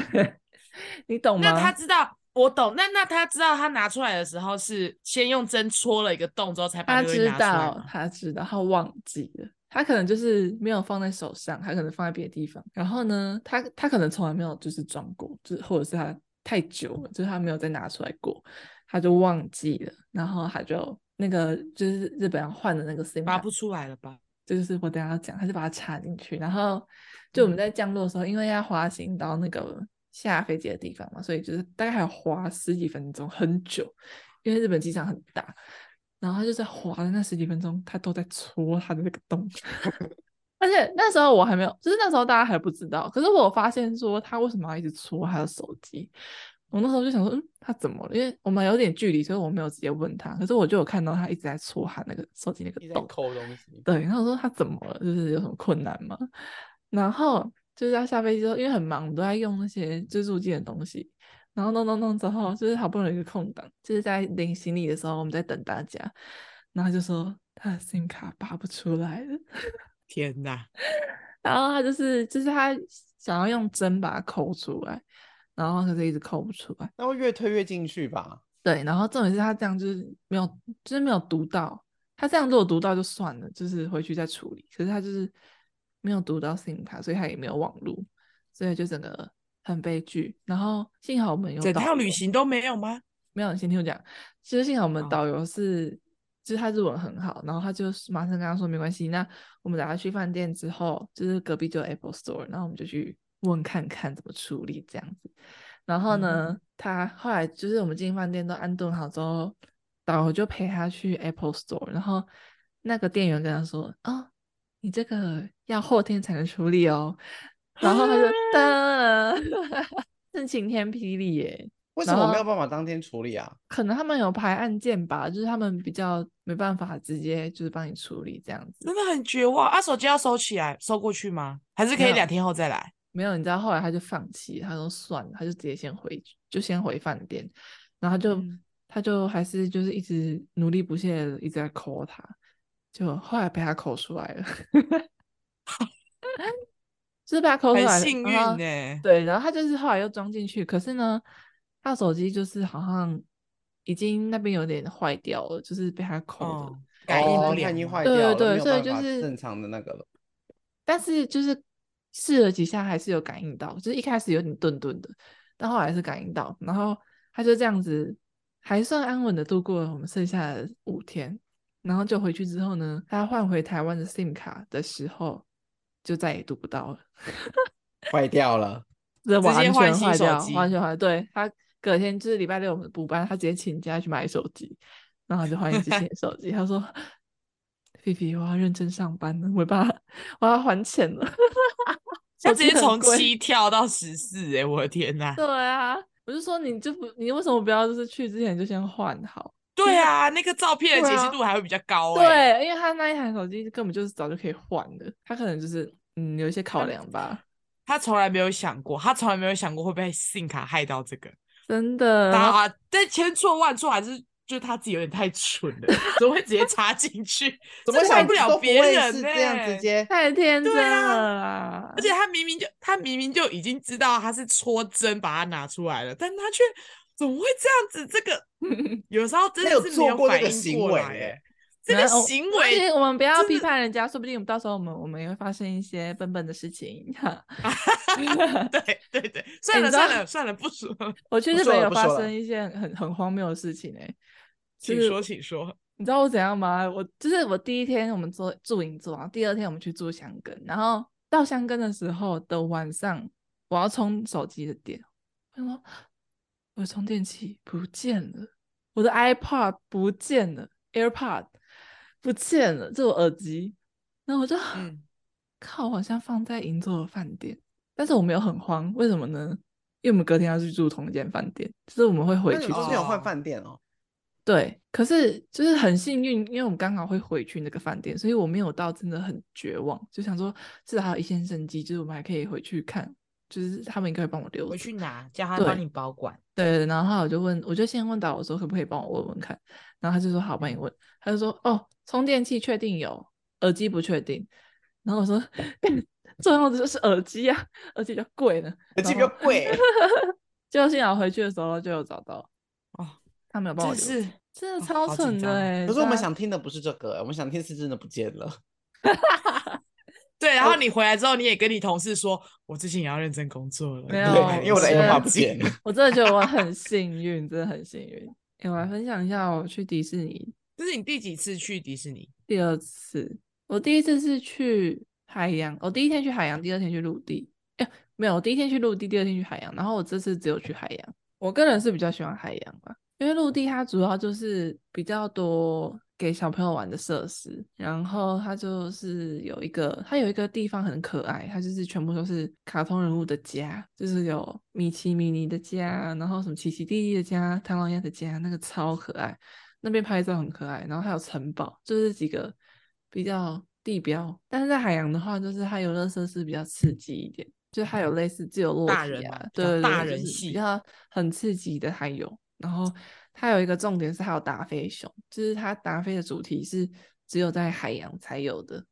Speaker 3: 你懂吗？
Speaker 4: 那他知道。我懂，那那他知道他拿出来的时候是先用针戳了一个洞之后才
Speaker 3: 他
Speaker 4: 把那个东西
Speaker 3: 知
Speaker 4: 拿出来
Speaker 3: 道
Speaker 4: 吗，
Speaker 3: 他知道，他忘记了，他可能就是没有放在手上，他可能放在别的地方。然后呢，他他可能从来没有就是装过，就是或者是他太久了，就是他没有再拿出来过，他就忘记了。然后他就那个就是日本要换的那个 SIM
Speaker 4: 拔
Speaker 3: 卡
Speaker 4: 不出来了吧？
Speaker 3: 这就是我等一下要讲，他就把它插进去，然
Speaker 4: 嗯
Speaker 3: 后就我们在降落的时候，因为要滑行到那个下飞机的地方嘛，所以就是大概还有滑十几分钟，很久，因为日本机场很大，然后他就在滑的那十几分钟，他都在戳他的那个洞， 而且那时候我还没有，就是那时候大家还不知道，可是我有发现说他为什么要一直戳他的手机。我那时候就想说，嗯，他怎么了？因为我们有点距离，所以我没有直接问他。可是我就有看到他一直在戳他那个手机那个
Speaker 1: 一直在
Speaker 3: 洞，
Speaker 1: 抠东西。
Speaker 3: 对，然后我说他怎么了？就是有什么困难吗？然后就是要下飞机之后，因为很忙，我们都在用那些自助机的东西。然后弄弄弄之后，就是好不容易有一个空档，就是在领行李的时候，我们在等大家。然后就说他的 SIM 卡拔不出来了，
Speaker 4: 天哪！
Speaker 3: 然后他就是就是他想要用针把它抠出来，然后可是一直抠不出来。
Speaker 1: 那会越推越进去吧？
Speaker 3: 对，然后重点是他这样就是没有，就是没有读到。他这样如果读到就算了，就是回去再处理。可是他就是没有读到 SIM 卡，所以他也没有网路，所以就整个很悲剧。然后幸好我们有
Speaker 4: 整
Speaker 3: 导
Speaker 4: 趟旅
Speaker 3: 游
Speaker 4: 行都没有吗？
Speaker 3: 没有，你先听我讲。其实幸好我们
Speaker 4: 好
Speaker 3: 导游是，就是他日文很好，然后他就是马上跟他说没关系。那我们等下去饭店之后，就是隔壁就有 Apple Store，然后我们就去问看看怎么处理这样子。然后呢，他后来就是我们进饭店都安顿好之后，导游就陪他去 Apple Store，然后那个店员跟他说：“哦，你这个要后天才能处理哦。”然后他就噔， 是晴天霹雳耶！
Speaker 1: 为什么
Speaker 3: 然
Speaker 1: 我没
Speaker 3: 后
Speaker 1: 有办法当天处理啊？
Speaker 3: 可能他们有排案件吧，就是他们比较没办法直接就是帮你处理这样子
Speaker 4: 真。的很绝望啊！手机要收起来，收过去吗？还是可
Speaker 3: 没
Speaker 4: 以
Speaker 3: 有
Speaker 4: 两天后再来？
Speaker 3: 没有，你知道后来他就放弃，他说算了，他就直接先回，就先回饭店，然后他就、
Speaker 4: 嗯
Speaker 3: 他就还是就是一直努力不懈的一直在抠他，就后来被他抠出来了， 就是被他抠出
Speaker 4: 很
Speaker 3: 来了，
Speaker 4: 幸运
Speaker 3: 然后
Speaker 4: 呢、
Speaker 3: 对，然后他就是后来又装进去，可是呢，他手机就是好像已经那边有点坏掉了，就是被他抠的。
Speaker 4: 哦，感应
Speaker 1: 哦
Speaker 4: 不
Speaker 1: 它
Speaker 4: 良
Speaker 1: 已经
Speaker 4: 吗
Speaker 1: 坏
Speaker 3: 对
Speaker 1: 掉了，
Speaker 3: 对
Speaker 1: 没有
Speaker 3: 所以
Speaker 1: 办
Speaker 3: 就
Speaker 1: 法
Speaker 3: 是
Speaker 1: 正常的那个了。
Speaker 3: 但是就是试了几下，还是有感应到，就是一开始有点顿顿的，但后来是感应到，然后他就这样子还算安稳的度过了我们剩下的五天，然后就回去之后呢，他换回台湾的 SIM 卡的时候，就再也读不到了，
Speaker 1: 坏掉了，
Speaker 3: 这完全
Speaker 4: 换新
Speaker 3: 坏
Speaker 4: 手
Speaker 3: 掉，
Speaker 4: 机
Speaker 3: 完全坏，对他隔天就是礼拜六我们补班，他直接请假去买手机，然后他就换一只新的手机，他说。菲菲，我要认真上班了，我把我要还钱了。
Speaker 4: 他
Speaker 3: 手
Speaker 4: 直
Speaker 3: 机
Speaker 4: 接
Speaker 3: 很
Speaker 4: 从
Speaker 3: 贵
Speaker 4: 七跳到十四，哎，我的天呐！
Speaker 3: 对啊，我就说你就不，你为什么不要就是去之前就先换好？
Speaker 4: 对啊，那个照片的
Speaker 1: 对
Speaker 4: 解
Speaker 1: 啊
Speaker 4: 析度还会比较高、欸。
Speaker 3: 对，因为他那一台手机根本就是早就可以换的，他可能就是嗯有一些考量 吧，
Speaker 4: 他从来没有想过，他从来没有想过会被信卡害到这个。
Speaker 3: 真的。然后
Speaker 4: 啊，但千错万错还是就是他自己有点太蠢了，怎么会直接插进去？
Speaker 1: 怎么
Speaker 4: 这害
Speaker 1: 想
Speaker 4: 不了
Speaker 1: 都不
Speaker 4: 别
Speaker 1: 会
Speaker 4: 人
Speaker 1: 是
Speaker 4: 呢
Speaker 1: 这样直接？
Speaker 3: 太天真
Speaker 4: 对啊
Speaker 3: 了啦
Speaker 4: 而！且他明明就他明明就已经知道他是戳针把它拿出来了，但他却怎么会这样子？这 个有时候真
Speaker 1: 他有
Speaker 4: 的是没
Speaker 1: 做过
Speaker 4: 反
Speaker 1: 这个
Speaker 4: 应
Speaker 1: 行
Speaker 4: 过
Speaker 1: 为
Speaker 4: 来
Speaker 1: 耶
Speaker 4: 欸，这个
Speaker 3: 然后
Speaker 4: 行
Speaker 3: 而
Speaker 4: 为
Speaker 3: 且我们不要
Speaker 4: 真
Speaker 3: 批
Speaker 4: 的
Speaker 3: 判人家，说不定我们到时候我们我们也会发生一些笨笨的事情。哈
Speaker 4: 对对 对，算了
Speaker 3: 哎你知道
Speaker 4: 算了算了，不说了，
Speaker 3: 我去
Speaker 1: 不
Speaker 3: 日
Speaker 1: 说
Speaker 3: 本
Speaker 1: 了
Speaker 3: 有
Speaker 1: 不
Speaker 3: 发
Speaker 1: 说了
Speaker 3: 生一件很很荒谬的事情哎、就
Speaker 4: 请
Speaker 3: 是
Speaker 4: 说请说。
Speaker 3: 你知道我怎样吗？我就是我第一天我们做住银座，然后第二天我们去住箱根，然后到箱根的时候的晚上，我要充手机的电，我想说我的充电器不见了，我的 iPod 不见了，AirPod 不见了，这是我耳机，然后我就、
Speaker 4: 嗯
Speaker 3: 靠，我好像放在银座的饭店，但是我没有很慌，为什么呢？因为我们隔天要去住同一间饭店，就是我们会回
Speaker 1: 那
Speaker 3: 去
Speaker 1: 你
Speaker 3: 住
Speaker 1: 中间有换
Speaker 4: 哦
Speaker 1: 饭店哦？
Speaker 3: 对，可是就是很幸运，因为我们刚好会回去那个饭店，所以我没有到真的很绝望，就想说至少还有一线生机，就是我们还可以回去看，就是他们应该会帮我留着。
Speaker 4: 拿，叫他
Speaker 3: 对帮
Speaker 4: 你保管。
Speaker 3: 对，然后后来我就问，我就先问导游说可不可以帮我问问看，然后他就说好，帮你问。他就说哦，充电器确定有，耳机不确定。然后我说， 干重要的就是耳机啊，耳机比较贵呢。
Speaker 1: 耳机比
Speaker 3: 然
Speaker 1: 较
Speaker 3: 后
Speaker 1: 贵欸，
Speaker 3: 就幸好回去的时候就有找到，
Speaker 4: 哦，
Speaker 3: 他没有帮我
Speaker 4: 真
Speaker 3: 留着，
Speaker 4: 是
Speaker 3: 真的
Speaker 4: 哦
Speaker 3: 超
Speaker 4: 好紧
Speaker 3: 蠢的
Speaker 4: 张哦
Speaker 3: 哎、
Speaker 1: 可是我
Speaker 3: 大
Speaker 1: 们
Speaker 3: 家
Speaker 1: 想听的不是这个欸，我们想听是真的不见了。
Speaker 4: 对。然后你回来之后，你也跟你同事说，我最近也要认真工作了，
Speaker 3: 没
Speaker 4: 你
Speaker 3: 有
Speaker 4: 要买
Speaker 1: 对，因为我的
Speaker 3: 是
Speaker 1: AirPod
Speaker 3: 耳
Speaker 1: 不见 了。
Speaker 3: 我真的觉得我很幸运，真的很幸运。诶我来分享一下我去迪士尼
Speaker 4: 这是你第几次去迪士尼？
Speaker 3: 第二次。我第一次是去海洋，我第一天去海洋，第二天去陆地。哎、没有，我第一天去陆地，第二天去海洋。然后我这次只有去海洋。我个人是比较喜欢海洋吧，因为陆地它主要就是比较多给小朋友玩的设施，然后它就是有一个，它有一个地方很可爱，它就是全部都是卡通人物的家，就是有米奇、米妮的家，然后什么奇奇弟弟的家、螳螂鸭的家，那个超可爱，那边拍照很可爱，然后还有城堡，就是几个比较地标。但是在海洋的话，就是它游乐设施比较刺激一点，就是它有类似自由落
Speaker 4: 大
Speaker 3: 体
Speaker 4: 人嘛
Speaker 3: 啊，
Speaker 4: 比
Speaker 3: 对
Speaker 4: 较
Speaker 3: 对对，
Speaker 4: 大
Speaker 3: 就
Speaker 4: 人
Speaker 3: 是
Speaker 4: 系
Speaker 3: 比较很刺激的还有，然后它有一个重点是还有达菲熊，就是它达菲的主题是只有在海洋才有的，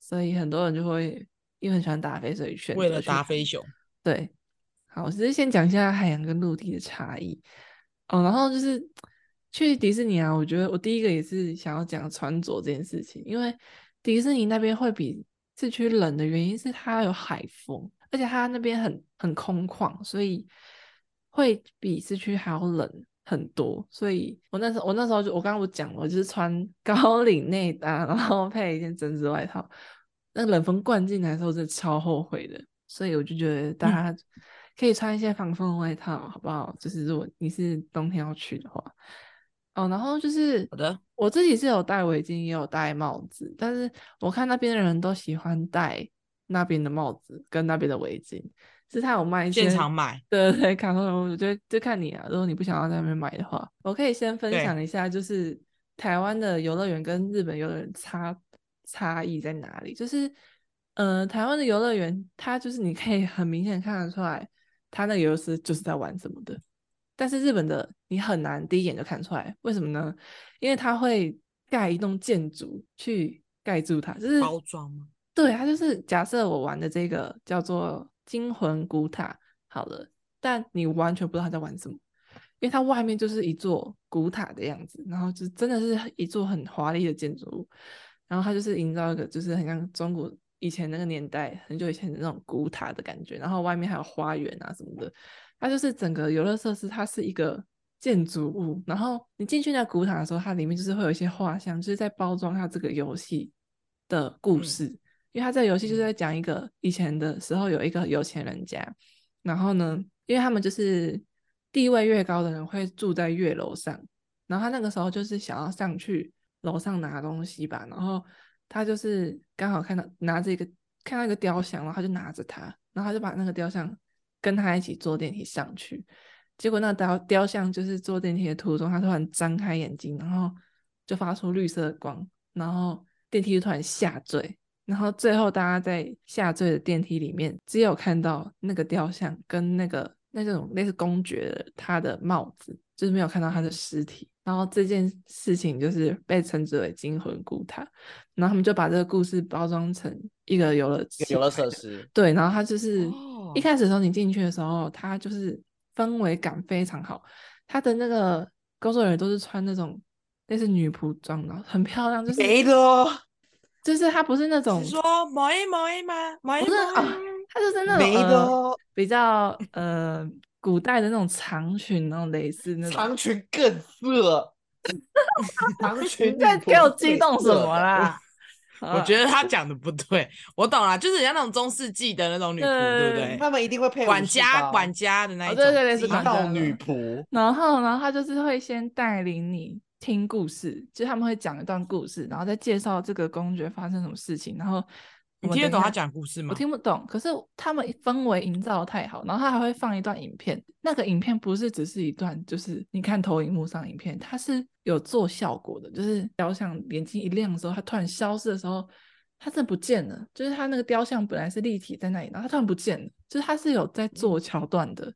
Speaker 3: 所以很多人就会因为很喜欢达菲，所以选
Speaker 4: 为
Speaker 3: 择
Speaker 4: 了
Speaker 3: 去
Speaker 4: 达
Speaker 3: 海
Speaker 4: 菲熊，
Speaker 3: 对，好，我只是先讲一下海洋跟陆地的差异。哦，然后就是去迪士尼啊，我觉得我第一个也是想要讲穿着这件事情，因为迪士尼那边会比市区冷的原因是它有海风，而且它那边很很空旷，所以会比市区还要冷很多。所以我那时候我那时候就我刚刚我讲了，我就是穿高领内搭，然后配一件针织外套，那冷风灌进来的时候，真的超后悔的。所以我就觉得大
Speaker 4: 嗯
Speaker 3: 家可以穿一些防风的外套，好不好？就是如果你是冬天要去的话，哦，然后就是
Speaker 4: 好的，
Speaker 3: 我自己是有戴围巾，也有戴帽子，但是我看那边的人都喜欢戴那边的帽子跟那边的围巾，是他有卖一些
Speaker 4: 现场买。
Speaker 3: 对对，卡通人物就就看你啊。如果你不想要在那边买的话，我可以先分
Speaker 4: 对
Speaker 3: 享一下，就是台湾的游乐园跟日本游乐园差差异在哪里。就是，呃，台湾的游乐园，它就是你可以很明显看得出来，它那个游乐是就是在玩什么的。但是日本的你很难第一眼就看出来，为什么呢？因为它会盖一栋建筑去盖住它，就是
Speaker 4: 包装吗？
Speaker 3: 对，它就是假设我玩的这个叫做惊魂古塔，好了，但你完全不知道他在玩什么，因为它外面就是一座古塔的样子，然后就真的是一座很华丽的建筑物，然后它就是营造一个就是很像中国以前那个年代很久以前的那种古塔的感觉，然后外面还有花园啊什么的，它就是整个游乐设施，它是一个建筑物。然后你进去那古塔的时候，它里面就是会有一些画像，就是在包装它这个游戏的故
Speaker 4: 嗯
Speaker 3: 事。因为它这个游戏就是
Speaker 4: 嗯
Speaker 3: 在讲一个以前的时候有一个有钱人家，然后呢，因为他们就是地位越高的人会住在越楼上，然后他那个时候就是想要上去楼上拿东西吧，然后他就是刚好看到拿着一个看到一个雕像，然后他就拿着它，然后他就把那个雕像跟他一起坐电梯上去，结果那雕雕像就是坐电梯的途中，它突然张开眼睛，然后就发出绿色的光，然后电梯就突然下坠，然后最后大家在下坠的电梯里面，只有看到那个雕像跟那个那种类似公爵的他的帽子，就是没有看到
Speaker 2: 嗯
Speaker 3: 他的尸体。然后这件事情就是被称之为惊魂孤塔，然后他们就把这个故事包装成一个游乐
Speaker 2: 一个游乐
Speaker 3: 器材
Speaker 2: 设
Speaker 3: 的
Speaker 2: 施，
Speaker 3: 对，然后它就是、
Speaker 4: 哦
Speaker 3: 一开始的时候你进去的时候，它就是氛围感非常好，它的那个工作人员都是穿那种类似女仆装，然后很漂亮，就是
Speaker 2: 没了，
Speaker 3: 就是它不是那种
Speaker 4: 你，说某一某一吗？某一
Speaker 3: 不是啊
Speaker 4: 某一
Speaker 3: 它就是那种
Speaker 2: 没
Speaker 3: 呃
Speaker 1: 哦
Speaker 2: 了，
Speaker 3: 比较呃古代的那种长裙，然后蕾丝那种。
Speaker 2: 长裙更色，长裙
Speaker 3: 你在
Speaker 2: 女仆
Speaker 3: 给我
Speaker 2: 是
Speaker 3: 激
Speaker 2: 最
Speaker 3: 动什
Speaker 2: 色的
Speaker 3: 么啊啦？？
Speaker 4: 哦
Speaker 3: 呃
Speaker 4: 我觉得他讲的不对，我懂了，就是人家那种中世纪的那种女仆，对不
Speaker 3: 对
Speaker 4: 对？
Speaker 2: 他们一定会配
Speaker 4: 管
Speaker 2: 武士
Speaker 4: 家
Speaker 2: 包
Speaker 4: 管家的那一
Speaker 3: 哦
Speaker 4: 种，
Speaker 3: 对对对是
Speaker 4: 自己
Speaker 3: 管家
Speaker 2: 道
Speaker 3: 的
Speaker 2: 女仆，
Speaker 3: 然后，然后他就是会先带领你听故事，就他们会讲一段故事，然后再介绍这个公爵发生什么事情。然后我
Speaker 4: 你
Speaker 3: 们
Speaker 4: 听得
Speaker 3: 等一
Speaker 4: 懂他
Speaker 3: 下
Speaker 4: 讲故事吗
Speaker 3: 我？听不懂，可是他们氛围营造得太好，然后他还会放一段影片。那个影片不是只是一段，就是你看投影幕上影片，它是有做效果的，就是雕像眼睛一亮的时候，它突然消失的时候，它真的不见了。就是它那个雕像本来是立体在那里，然后它突然不见了，就是它是有在做桥段的，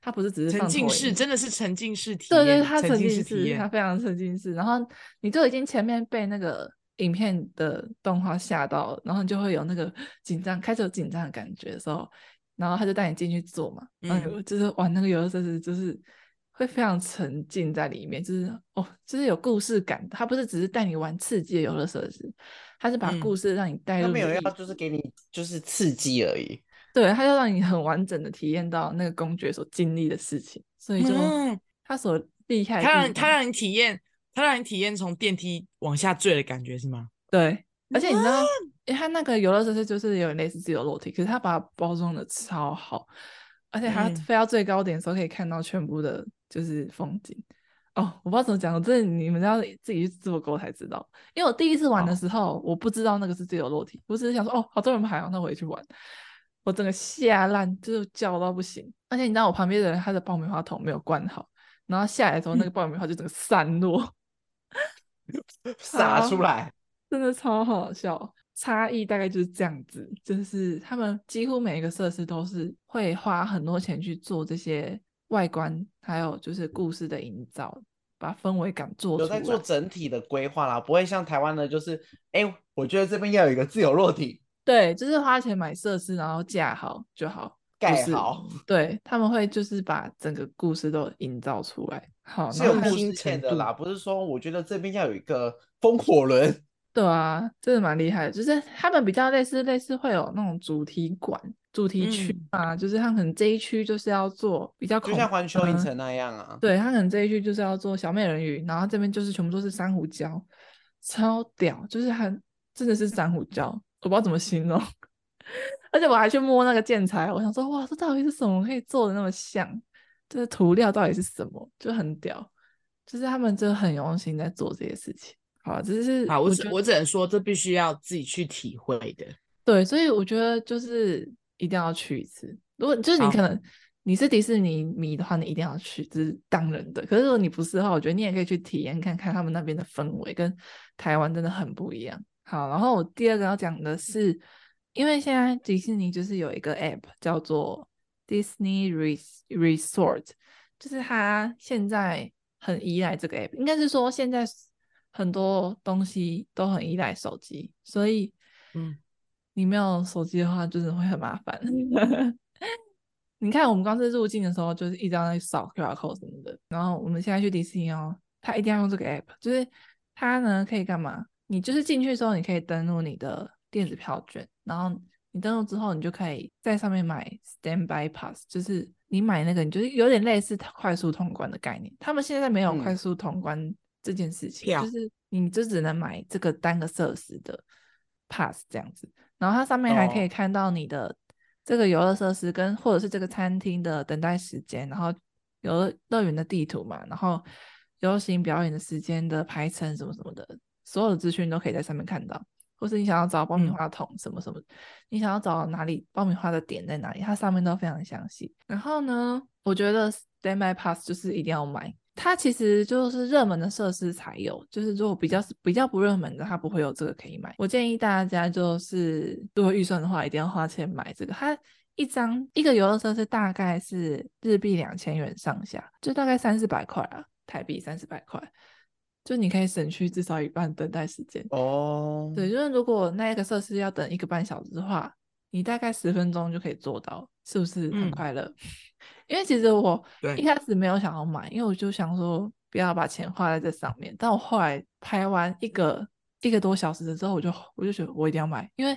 Speaker 3: 它不是只是
Speaker 4: 嗯沉
Speaker 3: 放投
Speaker 4: 浸
Speaker 3: 影
Speaker 4: 式
Speaker 3: 幕
Speaker 4: 真的是沉浸式体
Speaker 3: 对对，
Speaker 4: 验
Speaker 3: 他
Speaker 4: 沉
Speaker 3: 沉
Speaker 4: 浸
Speaker 3: 浸
Speaker 4: 式体
Speaker 3: 式，啊
Speaker 4: 验
Speaker 3: 他非常沉浸式。然后你就已经前面被那个影片的动画吓到了，然后你就会有那个紧张，开始有紧张的感觉的时候，然后他就带你进去做嘛，然后
Speaker 4: 嗯
Speaker 3: 有就是玩那个游乐设施，就是会非常沉浸在里面，就是哦，就是有故事感。他不是只是带你玩刺激的游乐设施，他是把
Speaker 4: 嗯
Speaker 3: 故事让你带
Speaker 2: 他
Speaker 3: 入
Speaker 2: 们
Speaker 3: 你
Speaker 2: 有
Speaker 3: 的
Speaker 2: 要
Speaker 3: 意
Speaker 2: 就是给你就是刺激而已。
Speaker 3: 对，他就让你很完整的体验到那个公爵所经历的事情，所以就
Speaker 4: 嗯
Speaker 3: 他所厉害的
Speaker 4: 他
Speaker 3: 地
Speaker 4: 让他
Speaker 3: 方
Speaker 4: 让你体验，他让你体验从电梯往下坠的感觉是吗？
Speaker 3: 对，而且你知道，因为它那个游乐设施就是有点类似自由落体，可是它把它包装的超好，而且它
Speaker 4: 嗯
Speaker 3: 飞到最高点的时候可以看到全部的，就是风景。哦，我不知道怎么讲，我真的你们要自己去做过才知道。因为我第一次玩的时候，我不知道那个是自由落体，我只是想说，哦，好多人排哦，那我也去玩。我整个吓烂，就是叫到不行。而且你知道，我旁边的人他的爆米花桶没有关好，然后下来的时候，那个爆米花就整个散落。
Speaker 2: 撒
Speaker 3: 好
Speaker 2: 出来，
Speaker 3: 真的超好笑。差异大概就是这样子，就是他们几乎每一个设施都是会花很多钱去做这些外观，还有就是故事的营造，把氛围感做
Speaker 2: 有
Speaker 3: 出
Speaker 2: 在
Speaker 3: 来。
Speaker 2: 做整体的规划啦，不会像台湾的，就是哎、我觉得这边要有一个自由落体
Speaker 3: 对，就是花钱买设施，然后架好就好。
Speaker 2: 盖
Speaker 3: 是
Speaker 2: 好，
Speaker 3: 对他们会就是把整个故事都营造出来。好，
Speaker 2: 是
Speaker 3: 然
Speaker 2: 有
Speaker 3: 后还
Speaker 2: 故
Speaker 3: 有
Speaker 2: 事
Speaker 3: 程
Speaker 2: 线的
Speaker 3: 度
Speaker 2: 啦，不是说我觉得这边要有一个风火轮，
Speaker 3: 对啊，真的蛮厉害的，就是他们比较类似，类似会有那种主题馆、主题区
Speaker 4: 嗯
Speaker 3: 啊，就是他们可能这一区就是要做比较
Speaker 2: 就
Speaker 3: 恐
Speaker 2: 像环球影
Speaker 3: 嗯
Speaker 2: 城那样啊。
Speaker 3: 对，他可能这一区就是要做小美人鱼，然后这边就是全部都是珊瑚礁，超屌，就是很真的是珊瑚礁，我不知道怎么形容。 而且我还去摸那个建材，我想说，哇，这到底是什么可以做的那么像？这个涂料到底是什么？就很屌，就是他们真的很用心在做这些事情。好，只是
Speaker 4: 啊，我
Speaker 3: 觉
Speaker 4: 只
Speaker 3: 得
Speaker 4: 我只能说，这必须要自己去体会的。
Speaker 3: 对，所以我觉得就是一定要去一次。如果就是你
Speaker 4: 好
Speaker 3: 可能你是迪士尼迷的话，你一定要去，这是当然的。可是如果你不是的话，我觉得你也可以去体验看看他们那边的氛围跟台湾真的很不一样。好，然后我第二个要讲的是，因为现在迪士尼就是有一个 app 叫做 Disney Res Resort，就是它现在很依赖这个 app，应该是说现在很多东西都很依赖手机，所以
Speaker 4: 嗯，
Speaker 3: 你没有手机的话，真的会很麻烦。 你看，我们光是入境的时候，就是一直要去扫 QR code 什么的。然后我们现在去迪士尼哦，它一定要用这个 app，就是它呢可以干嘛？你就是进去的时候，你可以登录你的电子票券，然后你登录之后，你就可以在上面买 standby pass，就是你买那个，你就是有点类似快速通关的概念。他们现在没有
Speaker 2: 嗯
Speaker 3: 快速通关这件事情，
Speaker 4: 票
Speaker 3: 就是你就只能买这个单个设施的 pass 这样子。然后它上面还可以
Speaker 2: 哦
Speaker 3: 看到你的这个游乐设施跟或者是这个餐厅的等待时间，然后游乐乐园的地图嘛，然后游行表演的时间的排程什么什么的，所有的资讯都可以在上面看到。或是你想要找爆米
Speaker 4: 嗯
Speaker 3: 花桶什么什么，你想要找哪里爆米花的点在哪里，它上面都非常详细。然后呢，我觉得 Stand by Pass 就是一定要买。它其实就是热门的设施才有，就是如果比较比较不热门的，它不会有这个可以买。我建议大家就是如果预算的话，一定要花钱买这个。它一张一个游乐设施大概是日币两千元上下，就大概三四百块啊，台币三四百块，就你可以省去至少一半等待时间。
Speaker 1: 哦，
Speaker 3: 对，就是如果那个设施要等一个半小时的话，你大概十分钟就可以做到，是不是很
Speaker 4: 嗯
Speaker 3: 快乐？ 因为其实我
Speaker 4: 对
Speaker 3: 一开始没有想要买，因为我就想说不要把钱花在这上面。但我后来排完一个一个多小时之后，我就我就觉得我一定要买，因为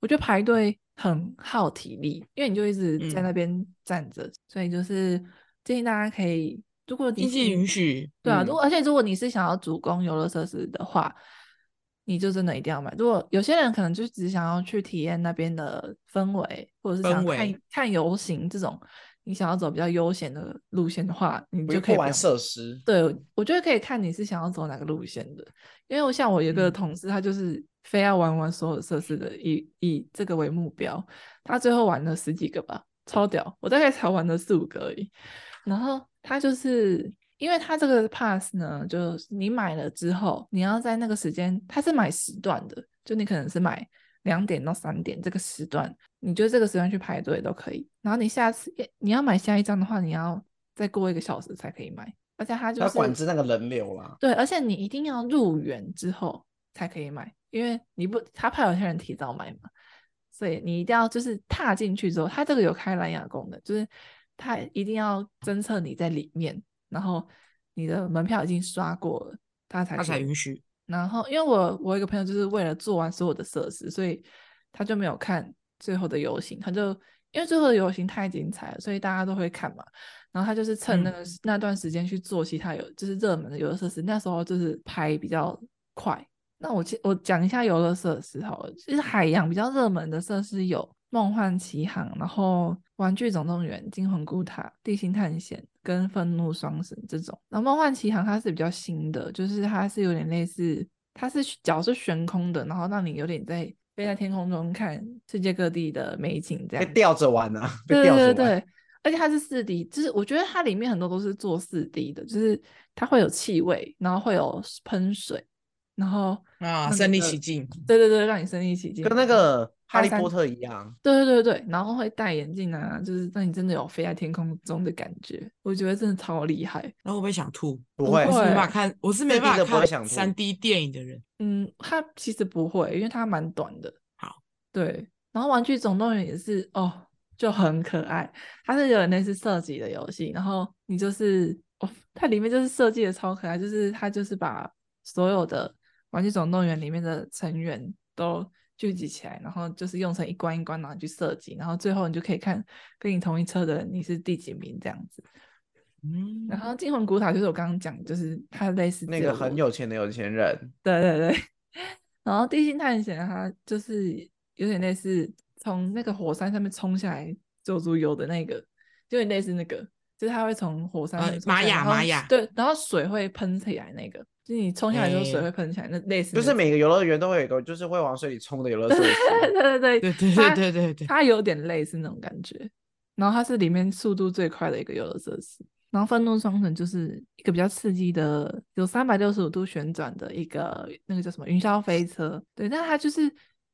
Speaker 3: 我觉得排队很耗体力，因为你就一直在
Speaker 4: 嗯
Speaker 3: 那边站着，所以就是建议大家可以，如果你
Speaker 4: 经济
Speaker 3: 是
Speaker 4: 允许，
Speaker 3: 对啊，
Speaker 4: 嗯
Speaker 3: 如果而且如果你是想要主攻游乐设施的话，你就真的一定要买。如果有些人可能就只想要去体验那边的氛围，或者是
Speaker 4: 氛
Speaker 3: 想
Speaker 4: 围
Speaker 3: 看看游行这种，你想要走比较悠闲的路线的话，你
Speaker 1: 不
Speaker 3: 就可
Speaker 1: 不
Speaker 3: 以不
Speaker 1: 玩
Speaker 3: 用
Speaker 1: 设施，
Speaker 3: 对，我觉得可以看你是想要走哪个路线的，因为我像我有一个
Speaker 4: 嗯
Speaker 3: 同事，他就是非要玩完所有设施的，以以这个为目标，他最后玩了十几个吧，超屌！我大概才玩了四五个而已。然后他就是因为他这个 pass 呢，就是你买了之后，你要在那个时间，他是买时段的，就你可能是买两点到三点这个时段，你觉得这个时段去排队都可以。然后你下次你要买下一张的话，你要再过一个小时才可以买。而且它就
Speaker 1: 要
Speaker 3: 是
Speaker 1: 管制那个人流
Speaker 4: 嗯
Speaker 1: 啦。
Speaker 3: 对，而且你一定要入园之后才可以买，因为你不，他怕有些人提早买嘛，所以你一定要就是踏进去之后，它这个有开蓝牙功能，就是它一定要侦测你在里面，然后你的门票已经刷过了，它才
Speaker 4: 他
Speaker 3: 可
Speaker 4: 才
Speaker 3: 以
Speaker 4: 允许。
Speaker 3: 然后，因为我我有一个朋友就是为了做完所有的设施，所以他就没有看最后的游行，他就因为最后的游行太精彩了，所以大家都会看嘛。然后他就是趁那个、那段时间去做其他游，就是热门的游乐设施。那时候就是拍比较快。那我其我讲一下游乐设施好了，就是海洋比较热门的设施有梦幻奇航，然后玩具总动员、惊魂古塔、地心探险跟愤怒双神这种。然后梦幻奇航它是比较新的，就是它是有点类似，它是脚是悬空的，然后让你有点在飞在天空中看世界各地的美景
Speaker 1: 被
Speaker 3: 这样子。
Speaker 1: 吊着玩 啊，被
Speaker 3: 对
Speaker 1: 吊着
Speaker 3: 对
Speaker 1: 玩。
Speaker 3: 对，而且它是四 D，就是我觉得它里面很多都是做四 D 的，就是它会有气味，然后会有喷水，然后
Speaker 4: 啊，
Speaker 3: 那
Speaker 4: 身临
Speaker 3: 个
Speaker 4: 其境，
Speaker 3: 对对对，让你身临其境，
Speaker 1: 跟那个哈
Speaker 3: 哈
Speaker 1: 利
Speaker 3: 三
Speaker 1: 波特一样，
Speaker 3: 对对对对，然后会戴眼镜啊，就是让你真的有飞在天空中的感觉，我觉得真的超厉害。
Speaker 4: 然后我会不会想吐？
Speaker 1: 不
Speaker 3: 不
Speaker 1: 会
Speaker 4: 我是没
Speaker 3: 会
Speaker 4: 办法看，我是没
Speaker 1: 4D
Speaker 4: 办
Speaker 1: 的不
Speaker 4: 法
Speaker 1: 会想
Speaker 4: 看
Speaker 1: 吐
Speaker 4: 三 D 电影的人。
Speaker 3: 嗯，它其实不会，因为它蛮短的。
Speaker 4: 好，
Speaker 3: 对，然后玩具总动员也是哦，就很可爱，它是有点类似射击的游戏，然后你就是哦，它里面就是设计的超可爱，就是它就是把所有的玩具总动员里面的成员都聚集起来，然后就是用成一关一关，然后去射击，然后最后你就可以看跟你同一车的人你是第几名这样子。
Speaker 4: 嗯，
Speaker 3: 然后惊魂古塔就是我刚刚讲，就是它类似
Speaker 1: 那
Speaker 3: 这
Speaker 1: 个
Speaker 3: 个
Speaker 1: 很
Speaker 3: 逻
Speaker 1: 有钱的有钱人，
Speaker 3: 对对对，然后地心探险它就是有点类似从那个火山上面冲下来救猪油的那个，有点类似那个，就是它会从火山
Speaker 4: 呃
Speaker 3: 上面冲下
Speaker 4: 玛
Speaker 3: 来
Speaker 4: 雅
Speaker 3: 然后
Speaker 4: 玛雅
Speaker 3: 对，然后水会喷起来那个，就是你冲下来之后水
Speaker 4: 哎
Speaker 3: 会喷起来，那类似
Speaker 1: 就是
Speaker 3: 那
Speaker 1: 每个游乐园都会有一个，就是会往水里冲的游乐设
Speaker 3: 种
Speaker 1: 施。
Speaker 3: 对对对
Speaker 4: 对对对
Speaker 3: 它
Speaker 4: 对对对，
Speaker 3: 它有点类似那种感觉，然后它是里面速度最快的一个游乐设施。然后愤怒双城就是一个比较刺激的，有三百六十五度旋转的一个那个叫什么云霄飞车。对，但它就是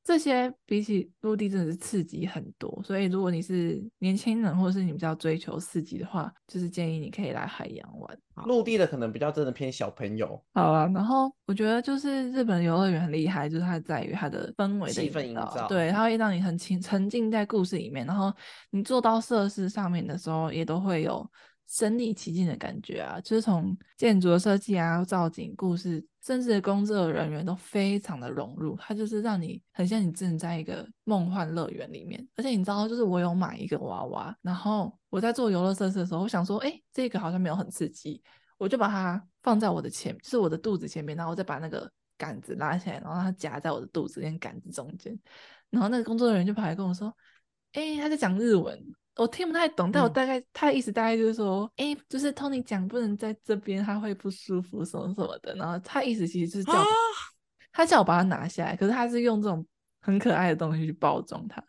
Speaker 3: 这些比起陆地真的是刺激很多，所以如果你是年轻人或者是你比较追求刺激的话，就是建议你可以来海洋玩。
Speaker 1: 陆地的可能比较真的偏小朋友，
Speaker 3: 好啊，然后我觉得就是日本游乐园很厉害，就是它在于它的氛围的
Speaker 1: 气氛营造
Speaker 3: 对，它会让你很沉沉浸在故事里面，然后你坐到设施上面的时候，也都会有身临其境的感觉啊，就是从建筑的设计啊、造景、故事，甚至工作人员都非常的融入，它就是让你很像你正在一个梦幻乐园里面。而且你知道，就是我有买一个娃娃，然后我在做游乐设施的时候，我想说，哎，这个好像没有很刺激，我就把它放在我的前，就是我的肚子前面，然后我再把那个杆子拉起来，然后它夹在我的肚子跟杆子中间。然后那个工作人员就跑来跟我说：“哎、他在讲日文，我听不太懂，但我
Speaker 4: 嗯
Speaker 3: 大概、他的意思大概就是说，哎、就是 Tony 讲不能在这边，他会不舒服什么什么的。然后他意思其实就是叫我、
Speaker 4: 啊
Speaker 3: 他叫我把它拿下来，可是他是用这种很可爱的东西去包装它，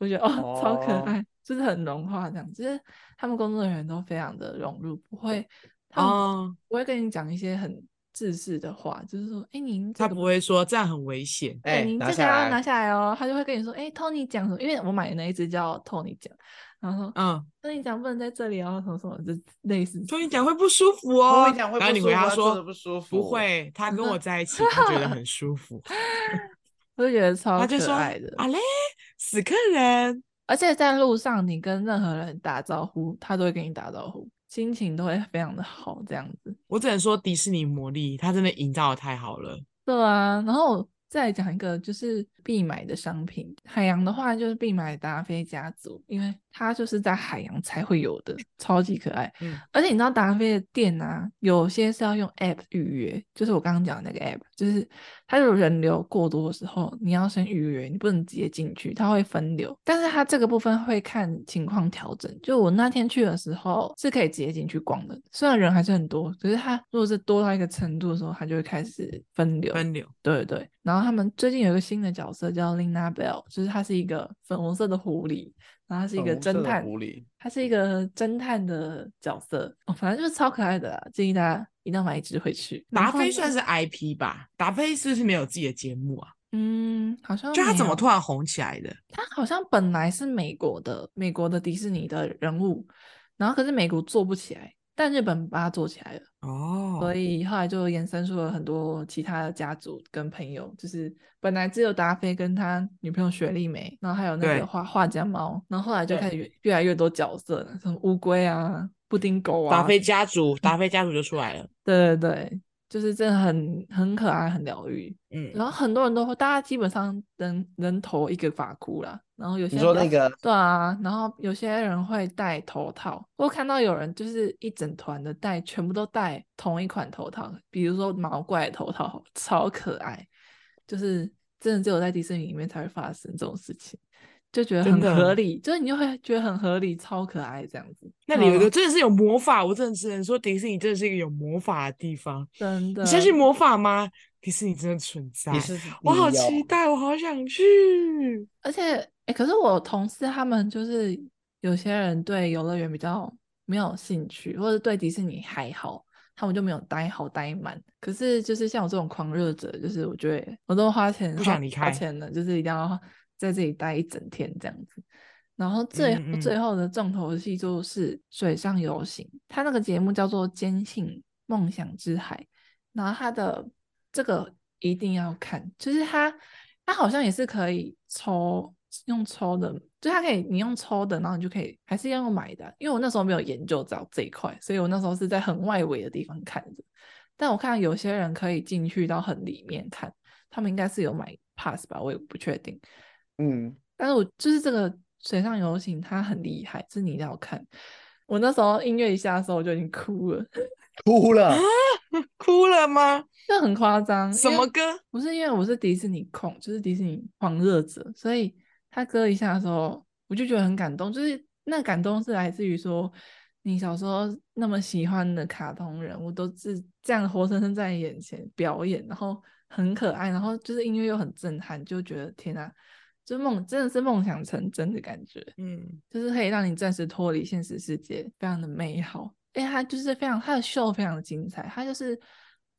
Speaker 3: 我觉得哦超可
Speaker 1: 哦
Speaker 3: 爱。就是很融化这样，就是他们工作人员都非常的融入，不会，他们
Speaker 4: 哦，
Speaker 3: 不会跟你讲一些很自私的话，就是说，哎，您这
Speaker 4: 他
Speaker 3: 个
Speaker 4: 不会说这样很危险。
Speaker 3: 对，
Speaker 2: 哎，
Speaker 3: 您这
Speaker 2: 拿
Speaker 3: 个
Speaker 2: 下
Speaker 3: 要拿
Speaker 2: 来，
Speaker 3: 下来哦。他就会跟你说，哎、t o n y 讲什么？因为我买的那一只叫 Tony 讲，然后
Speaker 4: 嗯，
Speaker 3: Tony 讲不能在这里哦，什么什么，就类似
Speaker 4: 托尼讲会不舒服哦。
Speaker 2: 我跟你讲会
Speaker 4: 然
Speaker 2: 不
Speaker 4: 后你
Speaker 2: 舒
Speaker 4: 回
Speaker 2: 服
Speaker 4: 他
Speaker 2: 他坐
Speaker 4: 说
Speaker 2: 着不舒服
Speaker 4: 不会，他
Speaker 3: 嗯
Speaker 4: 跟我在一起，他觉得很 舒服。
Speaker 3: 我就觉得超
Speaker 4: 他就
Speaker 3: 可
Speaker 4: 说
Speaker 3: 爱的。
Speaker 4: 啊嘞，死客人。
Speaker 3: 而且在路上，你跟任何人打招呼，他都会跟你打招呼，心情都会非常的好，这样子。
Speaker 4: 我只能说迪士尼魔力，它真的营造的太好了。
Speaker 3: 对啊，然后再来讲一个就是必买的商品，海洋的话就是必买达菲家族，因为它就是在海洋才会有的，超级可爱。
Speaker 4: 嗯
Speaker 3: 而且你知道达菲的店啊，有些是要用 app 预约，就是我刚刚讲的那个 app，就是它如果人流过多的时候，你要先预约，你不能直接进去，它会分流。但是它这个部分会看情况调整。就我那天去的时候是可以直接进去逛的，虽然人还是很多，可是它如果是多到一个程度的时候，它就会开始分流。
Speaker 4: 分流，
Speaker 3: 对对，然后他们最近有一个新的角色叫 Lina Bell，就是她是一个粉红色的狐狸，然后她是一
Speaker 2: 粉
Speaker 3: 个
Speaker 2: 红色
Speaker 3: 侦
Speaker 2: 的
Speaker 3: 探，
Speaker 2: 狐狸
Speaker 3: 她是一个侦探的角色，哦，反正就是超可爱的啦，建议大家一定要买一只回去。然
Speaker 4: 达
Speaker 3: 后
Speaker 4: 菲
Speaker 3: 呢
Speaker 4: 算是 IP 吧？达菲是不是没有自己的节目啊？
Speaker 3: 嗯，好像
Speaker 4: 就他
Speaker 3: 没
Speaker 4: 怎么
Speaker 3: 有
Speaker 4: 突然红起来的？
Speaker 3: 他好像本来是美国的美国的迪士尼的人物，然后可是美国做不起来，但日本把它做起来了。
Speaker 4: 哦
Speaker 3: 所，以后来就延伸出了很多其他的家族跟朋友，就是本来只有达菲跟他女朋友雪莉梅，然后还有那
Speaker 4: 对
Speaker 3: 个画画家猫，然后后来就
Speaker 2: 对
Speaker 3: 开始越越来越多角色了，什么乌龟啊、布丁狗啊，
Speaker 4: 达菲家族，达菲家族就出来了。
Speaker 3: 对对对，就是真的很很可爱，很疗愈。
Speaker 4: 嗯，
Speaker 3: 然后很多人都会，大家基本上人人头一个发箍啦，然后有些
Speaker 2: 你说
Speaker 3: 比较
Speaker 2: 那个
Speaker 3: 对啊，然后有些人会戴头套，我有看到有人就是一整团的戴，全部都戴同一款头套，比如说毛怪头套，超可爱，就是真的只有在迪士尼里面才会发生这种事情，就觉得
Speaker 4: 真
Speaker 3: 很
Speaker 4: 的哦
Speaker 3: 合理，就是你就会觉得很合理，超可爱这样子。
Speaker 4: 那里有一
Speaker 3: 嗯
Speaker 4: 个真的是有魔法，我真的只能说迪士尼真的是一个有魔法的地方。
Speaker 3: 真的，
Speaker 4: 你相信魔法吗？迪士尼真的存在
Speaker 2: 你，是
Speaker 4: 我好
Speaker 2: 你有
Speaker 4: 期待，我好想去。
Speaker 3: 而且，哎、可是我同事他们就是有些人对游乐园比较没有兴趣，或者对迪士尼还好，他们就没有待好待满。可是就是像我这种狂热者，就是我觉得我都花钱
Speaker 4: 不
Speaker 3: 花
Speaker 4: 想离
Speaker 3: 花
Speaker 4: 开
Speaker 3: 钱了，就是一定要在这里待一整天这样子。然后最
Speaker 4: 嗯嗯
Speaker 3: 最后的重头戏就是水上游行，它那个节目叫做《坚信梦想之海》，然后它的这个一定要看，就是它它好像也是可以抽用抽的，就它可以你用抽的，然后你就可以还是要用买的，因为我那时候没有研究到这一块，所以我那时候是在很外围的地方看的，但我看有些人可以进去到很里面看，他们应该是有买 pass 吧，我也不确定。
Speaker 2: 嗯，
Speaker 3: 但是我就是这个水上游行，它很厉害，这你一定要看。我那时候音乐一下的时候，我就已经哭了，
Speaker 2: 哭了，
Speaker 4: 哭了吗？
Speaker 3: 就很夸张。
Speaker 4: 什
Speaker 3: 因
Speaker 4: 么
Speaker 3: 为
Speaker 4: 歌？
Speaker 3: 不是因为我是迪士尼控，就是迪士尼狂热者，所以他歌一下的时候，我就觉得很感动。就是那感动是来自于说，你小时候那么喜欢的卡通人物都是这样活生生在你眼前表演，然后很可爱，然后就是音乐又很震撼，就觉得天啊，就梦真的是梦想成真的感觉。
Speaker 4: 嗯，
Speaker 3: 就是可以让你暂时脱离现实世界，非常的美好。哎，它就是非常它的秀非常的精彩，它就是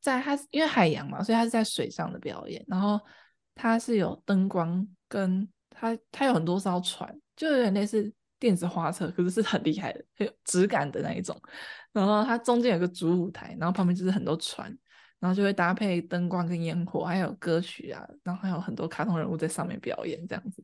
Speaker 3: 在它因为海洋嘛，所以它是在水上的表演，然后它是有灯光跟它它有很多艘船，就有点类似电子花车，可是是很厉害的，很有质感的那一种。然后它中间有个主舞台，然后旁边就是很多船。然后就会搭配灯光跟烟火，还有歌曲啊，然后还有很多卡通人物在上面表演这样子。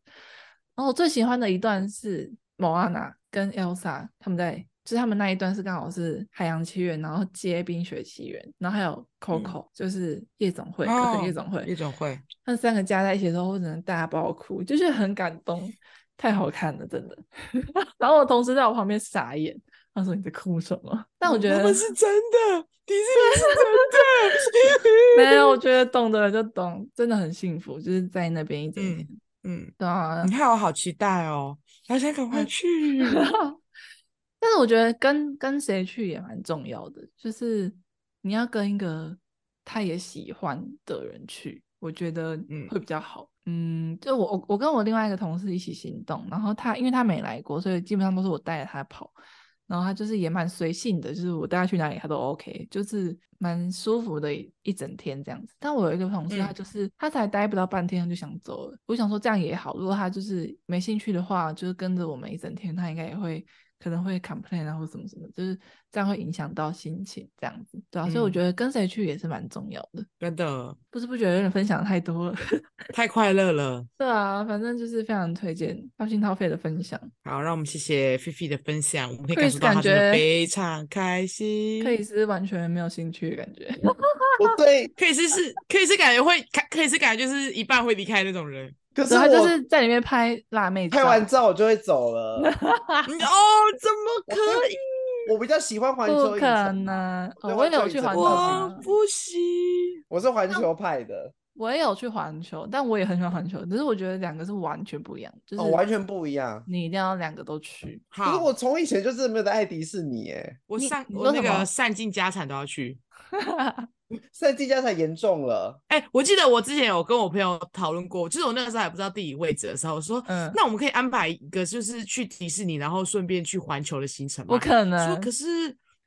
Speaker 3: 然后我最喜欢的一段是莫阿娜跟 Elsa 他们在，就是他们那一段是刚好是海洋奇缘，然后接冰雪奇缘，然后还有 Coco，、就是夜总会，可可夜
Speaker 4: 哦
Speaker 3: 总会，
Speaker 4: 夜总会。
Speaker 3: 那三个加在一起的时候，我只能大爆哭，就是很感动，太好看了，真的。 然后我同事在我旁边傻眼，他说你在哭什么？但我觉
Speaker 4: 他
Speaker 3: 得
Speaker 4: 们是真的，迪 士尼是 真
Speaker 3: 没有，我觉得懂的人就懂，真的很幸福，就是在那边一整
Speaker 4: 嗯
Speaker 3: 天。
Speaker 4: 的。嗯，
Speaker 3: 对啊，
Speaker 4: 你看我好期待哦，好想赶快
Speaker 3: 嗯
Speaker 4: 去。
Speaker 3: 但是我觉得跟跟谁去也蛮重要的，就是你要跟一个他也喜欢的人去，我觉得
Speaker 4: 嗯
Speaker 3: 会比较好。嗯，就我我我跟我另外一个同事一起行动，然后他因为他没来过，所以基本上都是我带着他跑，然后他就是也蛮随性的，就是我带他去哪里他都 OK，就是蛮舒服的一一整天这样子。但我有一个同事，他
Speaker 4: 嗯
Speaker 3: 就是、他才待不到半天他就想走了，我想说这样也好，如果他就是没兴趣的话，就是跟着我们一整天，他应该也会可能会 complain 啊或什么什么，就是这样会影响到心情这样子，对啊，所以我
Speaker 4: 嗯
Speaker 3: 觉得跟谁去也是蛮重要的。
Speaker 4: 真的
Speaker 3: 不知不觉有点分享太多了。
Speaker 4: 太快乐了。
Speaker 3: 对啊，反正就是非常推荐掏心掏肺的分享，
Speaker 4: 好，让我们谢谢菲菲的分享，我们可以
Speaker 3: Chris
Speaker 4: 感受到
Speaker 3: 感
Speaker 4: 她真的
Speaker 3: 觉
Speaker 4: 非常开心。
Speaker 3: 克里斯完全没有兴趣的感觉。
Speaker 2: 我对，
Speaker 4: 可以是是，可以是感觉会，可可以是感觉就是一半会离开那种人。
Speaker 2: 可是
Speaker 3: 对，他就
Speaker 2: 我
Speaker 3: 是在里面拍辣妹
Speaker 2: 拍
Speaker 3: 照
Speaker 2: 完照我就会走了。
Speaker 3: 啊
Speaker 4: 你哦，怎么可以？
Speaker 2: 我比较喜欢环
Speaker 3: 不
Speaker 2: 球影
Speaker 3: 可
Speaker 2: 城啊，
Speaker 3: 能，
Speaker 2: 我对
Speaker 3: 哦
Speaker 2: 环
Speaker 3: 我也
Speaker 2: 球
Speaker 3: 有
Speaker 2: 影
Speaker 3: 去
Speaker 2: 城
Speaker 3: 环球
Speaker 2: 我
Speaker 4: 我
Speaker 3: 啊，
Speaker 4: 不行。
Speaker 2: 我是环球派的，
Speaker 3: 我也有去环球，但我也很喜欢环球，只是我觉得两个是完全不一样，就
Speaker 2: 哦，
Speaker 3: 是
Speaker 2: 完全不一样。
Speaker 3: 你一定要两个都去。
Speaker 2: 可是
Speaker 4: 好，
Speaker 2: 我从以前就是没有在爱迪士尼，哎，
Speaker 4: 我
Speaker 3: 你
Speaker 4: 散
Speaker 3: 你
Speaker 4: 我
Speaker 3: 说
Speaker 4: 那
Speaker 3: 什
Speaker 4: 个
Speaker 3: 么
Speaker 4: 散尽家产都要去。
Speaker 2: 现在地价才严重 了。
Speaker 4: 哎、我记得我之前有跟我朋友讨论过，就是我那个时候还不知道地理位置的时候，我说，
Speaker 3: 嗯
Speaker 4: 那我们可以安排一个就是去迪士尼，然后顺便去环球的行程吗？
Speaker 3: 不可
Speaker 4: 说
Speaker 3: 能
Speaker 4: 可，是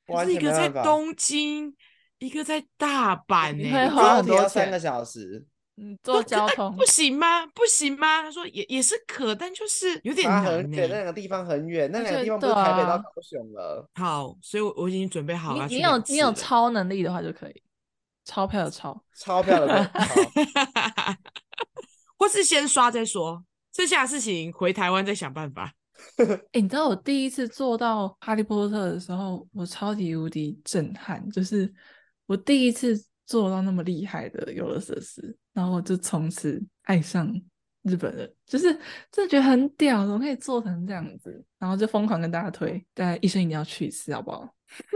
Speaker 2: 我
Speaker 4: 可
Speaker 2: 完
Speaker 4: 是一
Speaker 2: 全
Speaker 4: 个
Speaker 2: 没
Speaker 4: 在
Speaker 2: 办法
Speaker 4: 东京，一个在大阪
Speaker 3: 你
Speaker 4: 呢、
Speaker 3: 会
Speaker 4: 欸，
Speaker 3: 花很
Speaker 2: 坐铁
Speaker 3: 多
Speaker 2: 要三个
Speaker 3: 钱，
Speaker 2: 小时，
Speaker 3: 嗯，
Speaker 4: 我
Speaker 3: 坐
Speaker 4: 说
Speaker 3: 交
Speaker 4: 哎
Speaker 3: 通
Speaker 4: 不行吗？不行吗？他说也也是可，但就是有点
Speaker 2: 它
Speaker 4: 难欸
Speaker 2: 很
Speaker 4: 呢、
Speaker 2: 远，那两个地方很远，那
Speaker 3: 而
Speaker 2: 两个
Speaker 3: 且
Speaker 2: 地方不
Speaker 3: 对
Speaker 2: 是台北到
Speaker 3: 啊
Speaker 2: 高雄了。
Speaker 4: 好，所以我我已经准备好
Speaker 2: 啊
Speaker 4: 了。
Speaker 3: 你你有你有
Speaker 4: 超，
Speaker 3: 超能力的话就可以，钞票的钞，
Speaker 2: 钞票的贵好
Speaker 4: 或是先刷再说，剩下的事情回台湾再想办法。
Speaker 3: 哎、你知道我第一次做到《哈利波特》的时候，我超级无敌震撼，就是我第一次做到那么厉害的游乐设施，然后我就从此爱上日本人，就是真的觉得很屌，怎么可以做成这样子？然后就疯狂跟大家推，大家一生一定要去一次，好不好？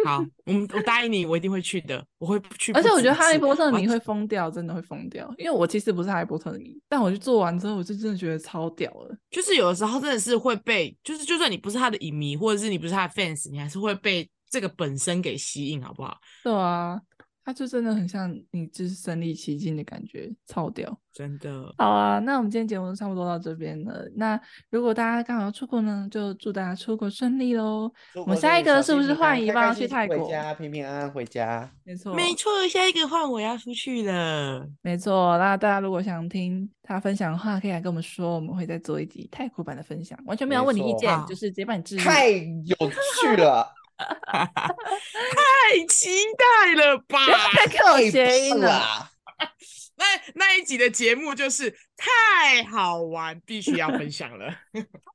Speaker 4: 好，我们我答应你，我一定会去的，我会去不止一次。
Speaker 3: 而且我觉得《哈利波特》
Speaker 4: 我
Speaker 3: 你
Speaker 4: 要
Speaker 3: 会疯掉，真的会疯掉，因为我其实不是哈利波特迷，但我去做完之后，我就真的觉得超屌了。
Speaker 4: 就是有的时候真的是会被，就是就算你不是他的影迷，或者是你不是他的 fans，你还是会被这个本身给吸引，好不好？
Speaker 3: 对啊，它就真的很像你就是身临其境的感觉，超屌。
Speaker 4: 真的，
Speaker 3: 好啊，那我们今天节目就差不多到这边了。那如果大家刚好要出国呢，就祝大家出国顺利喽。
Speaker 2: 出
Speaker 3: 我
Speaker 2: 国
Speaker 3: 们下
Speaker 2: 就
Speaker 3: 一个
Speaker 2: 小
Speaker 3: 是不
Speaker 2: 心
Speaker 3: 是
Speaker 2: 平
Speaker 3: 换
Speaker 2: 安
Speaker 3: 一
Speaker 2: 开
Speaker 3: 棒
Speaker 2: 开
Speaker 3: 要
Speaker 2: 心
Speaker 3: 去
Speaker 2: 心
Speaker 3: 泰
Speaker 2: 回
Speaker 3: 国
Speaker 2: 家平平安安回家。
Speaker 3: 没错，
Speaker 4: 没错，下一个换我要出去了。
Speaker 3: 没错。那大家如果想听他分享的话，可以来跟我们说，我们会再做一集泰国版的分享，完全没有
Speaker 2: 没
Speaker 3: 问你意
Speaker 2: 错
Speaker 3: 见，
Speaker 4: 好
Speaker 3: 就是直接帮你治愈。
Speaker 2: 太有趣了，
Speaker 4: 太期待了 吧！
Speaker 3: 太给我
Speaker 2: 太
Speaker 3: 谐
Speaker 2: 棒
Speaker 3: 音了，
Speaker 2: 了！
Speaker 4: 那那一集的节目就是太好玩，必须要分享了。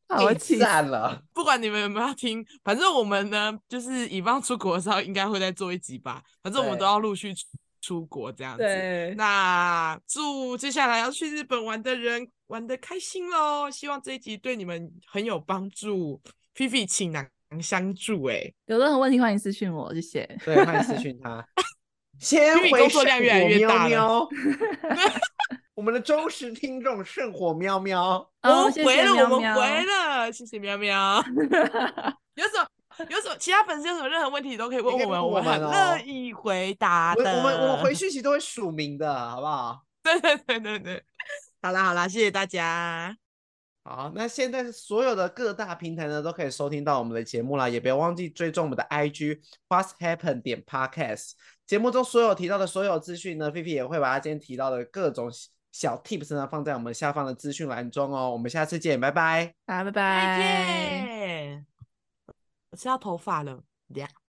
Speaker 3: 好我
Speaker 2: 太
Speaker 3: 气死。
Speaker 2: 赞了！
Speaker 4: 不管你们有没有要听，反正我们呢，就是以方出国的时候应该会再做一集吧。反正我们都
Speaker 2: 对
Speaker 4: 要陆续出出国这样子。
Speaker 3: 对，
Speaker 4: 那祝接下来要去日本玩的人玩的开心喽！希望这一集对你们很有帮助。P P 请囊相助、欸，
Speaker 3: 有任何问题欢迎私信我，谢谢。
Speaker 2: 对，欢迎私讯他。先
Speaker 4: 因为你
Speaker 2: 回
Speaker 4: 工作量
Speaker 2: 圣
Speaker 4: 越来
Speaker 2: 火
Speaker 4: 越
Speaker 2: 喵
Speaker 4: 大 了
Speaker 2: 喵我们的忠实听众圣火喵喵，
Speaker 4: 我
Speaker 3: 哦，
Speaker 4: 们
Speaker 3: 谢
Speaker 4: 回
Speaker 3: 谢
Speaker 4: 了，
Speaker 3: 喵
Speaker 4: 我们
Speaker 3: 喵
Speaker 4: 回了，谢谢 喵喵。有什么有什么其他粉丝有什么任何问题都可以问
Speaker 2: 可以
Speaker 4: 我们，
Speaker 2: 问
Speaker 4: 我
Speaker 2: 我
Speaker 4: 们很
Speaker 2: 们
Speaker 4: 乐
Speaker 2: 哦
Speaker 4: 意回答
Speaker 2: 我
Speaker 4: 的。
Speaker 2: 我们我们回讯息都会署名的，好不好？
Speaker 4: 对对对对对，好啦好啦，谢谢大家，
Speaker 2: 好，那现在是所有的各大平台呢都可以收听到我们的节目啦，也别忘记追踪我们的 IG What's Happen 点 Podcast。节目中所有提到的所有资讯呢菲菲也会把它今天提到的各种小小 tips 呢放在我们下方的资讯栏中哦。我们下次见，拜拜。
Speaker 3: 大家拜
Speaker 4: 再
Speaker 3: 拜。
Speaker 4: 见。我是要头发了，等一下。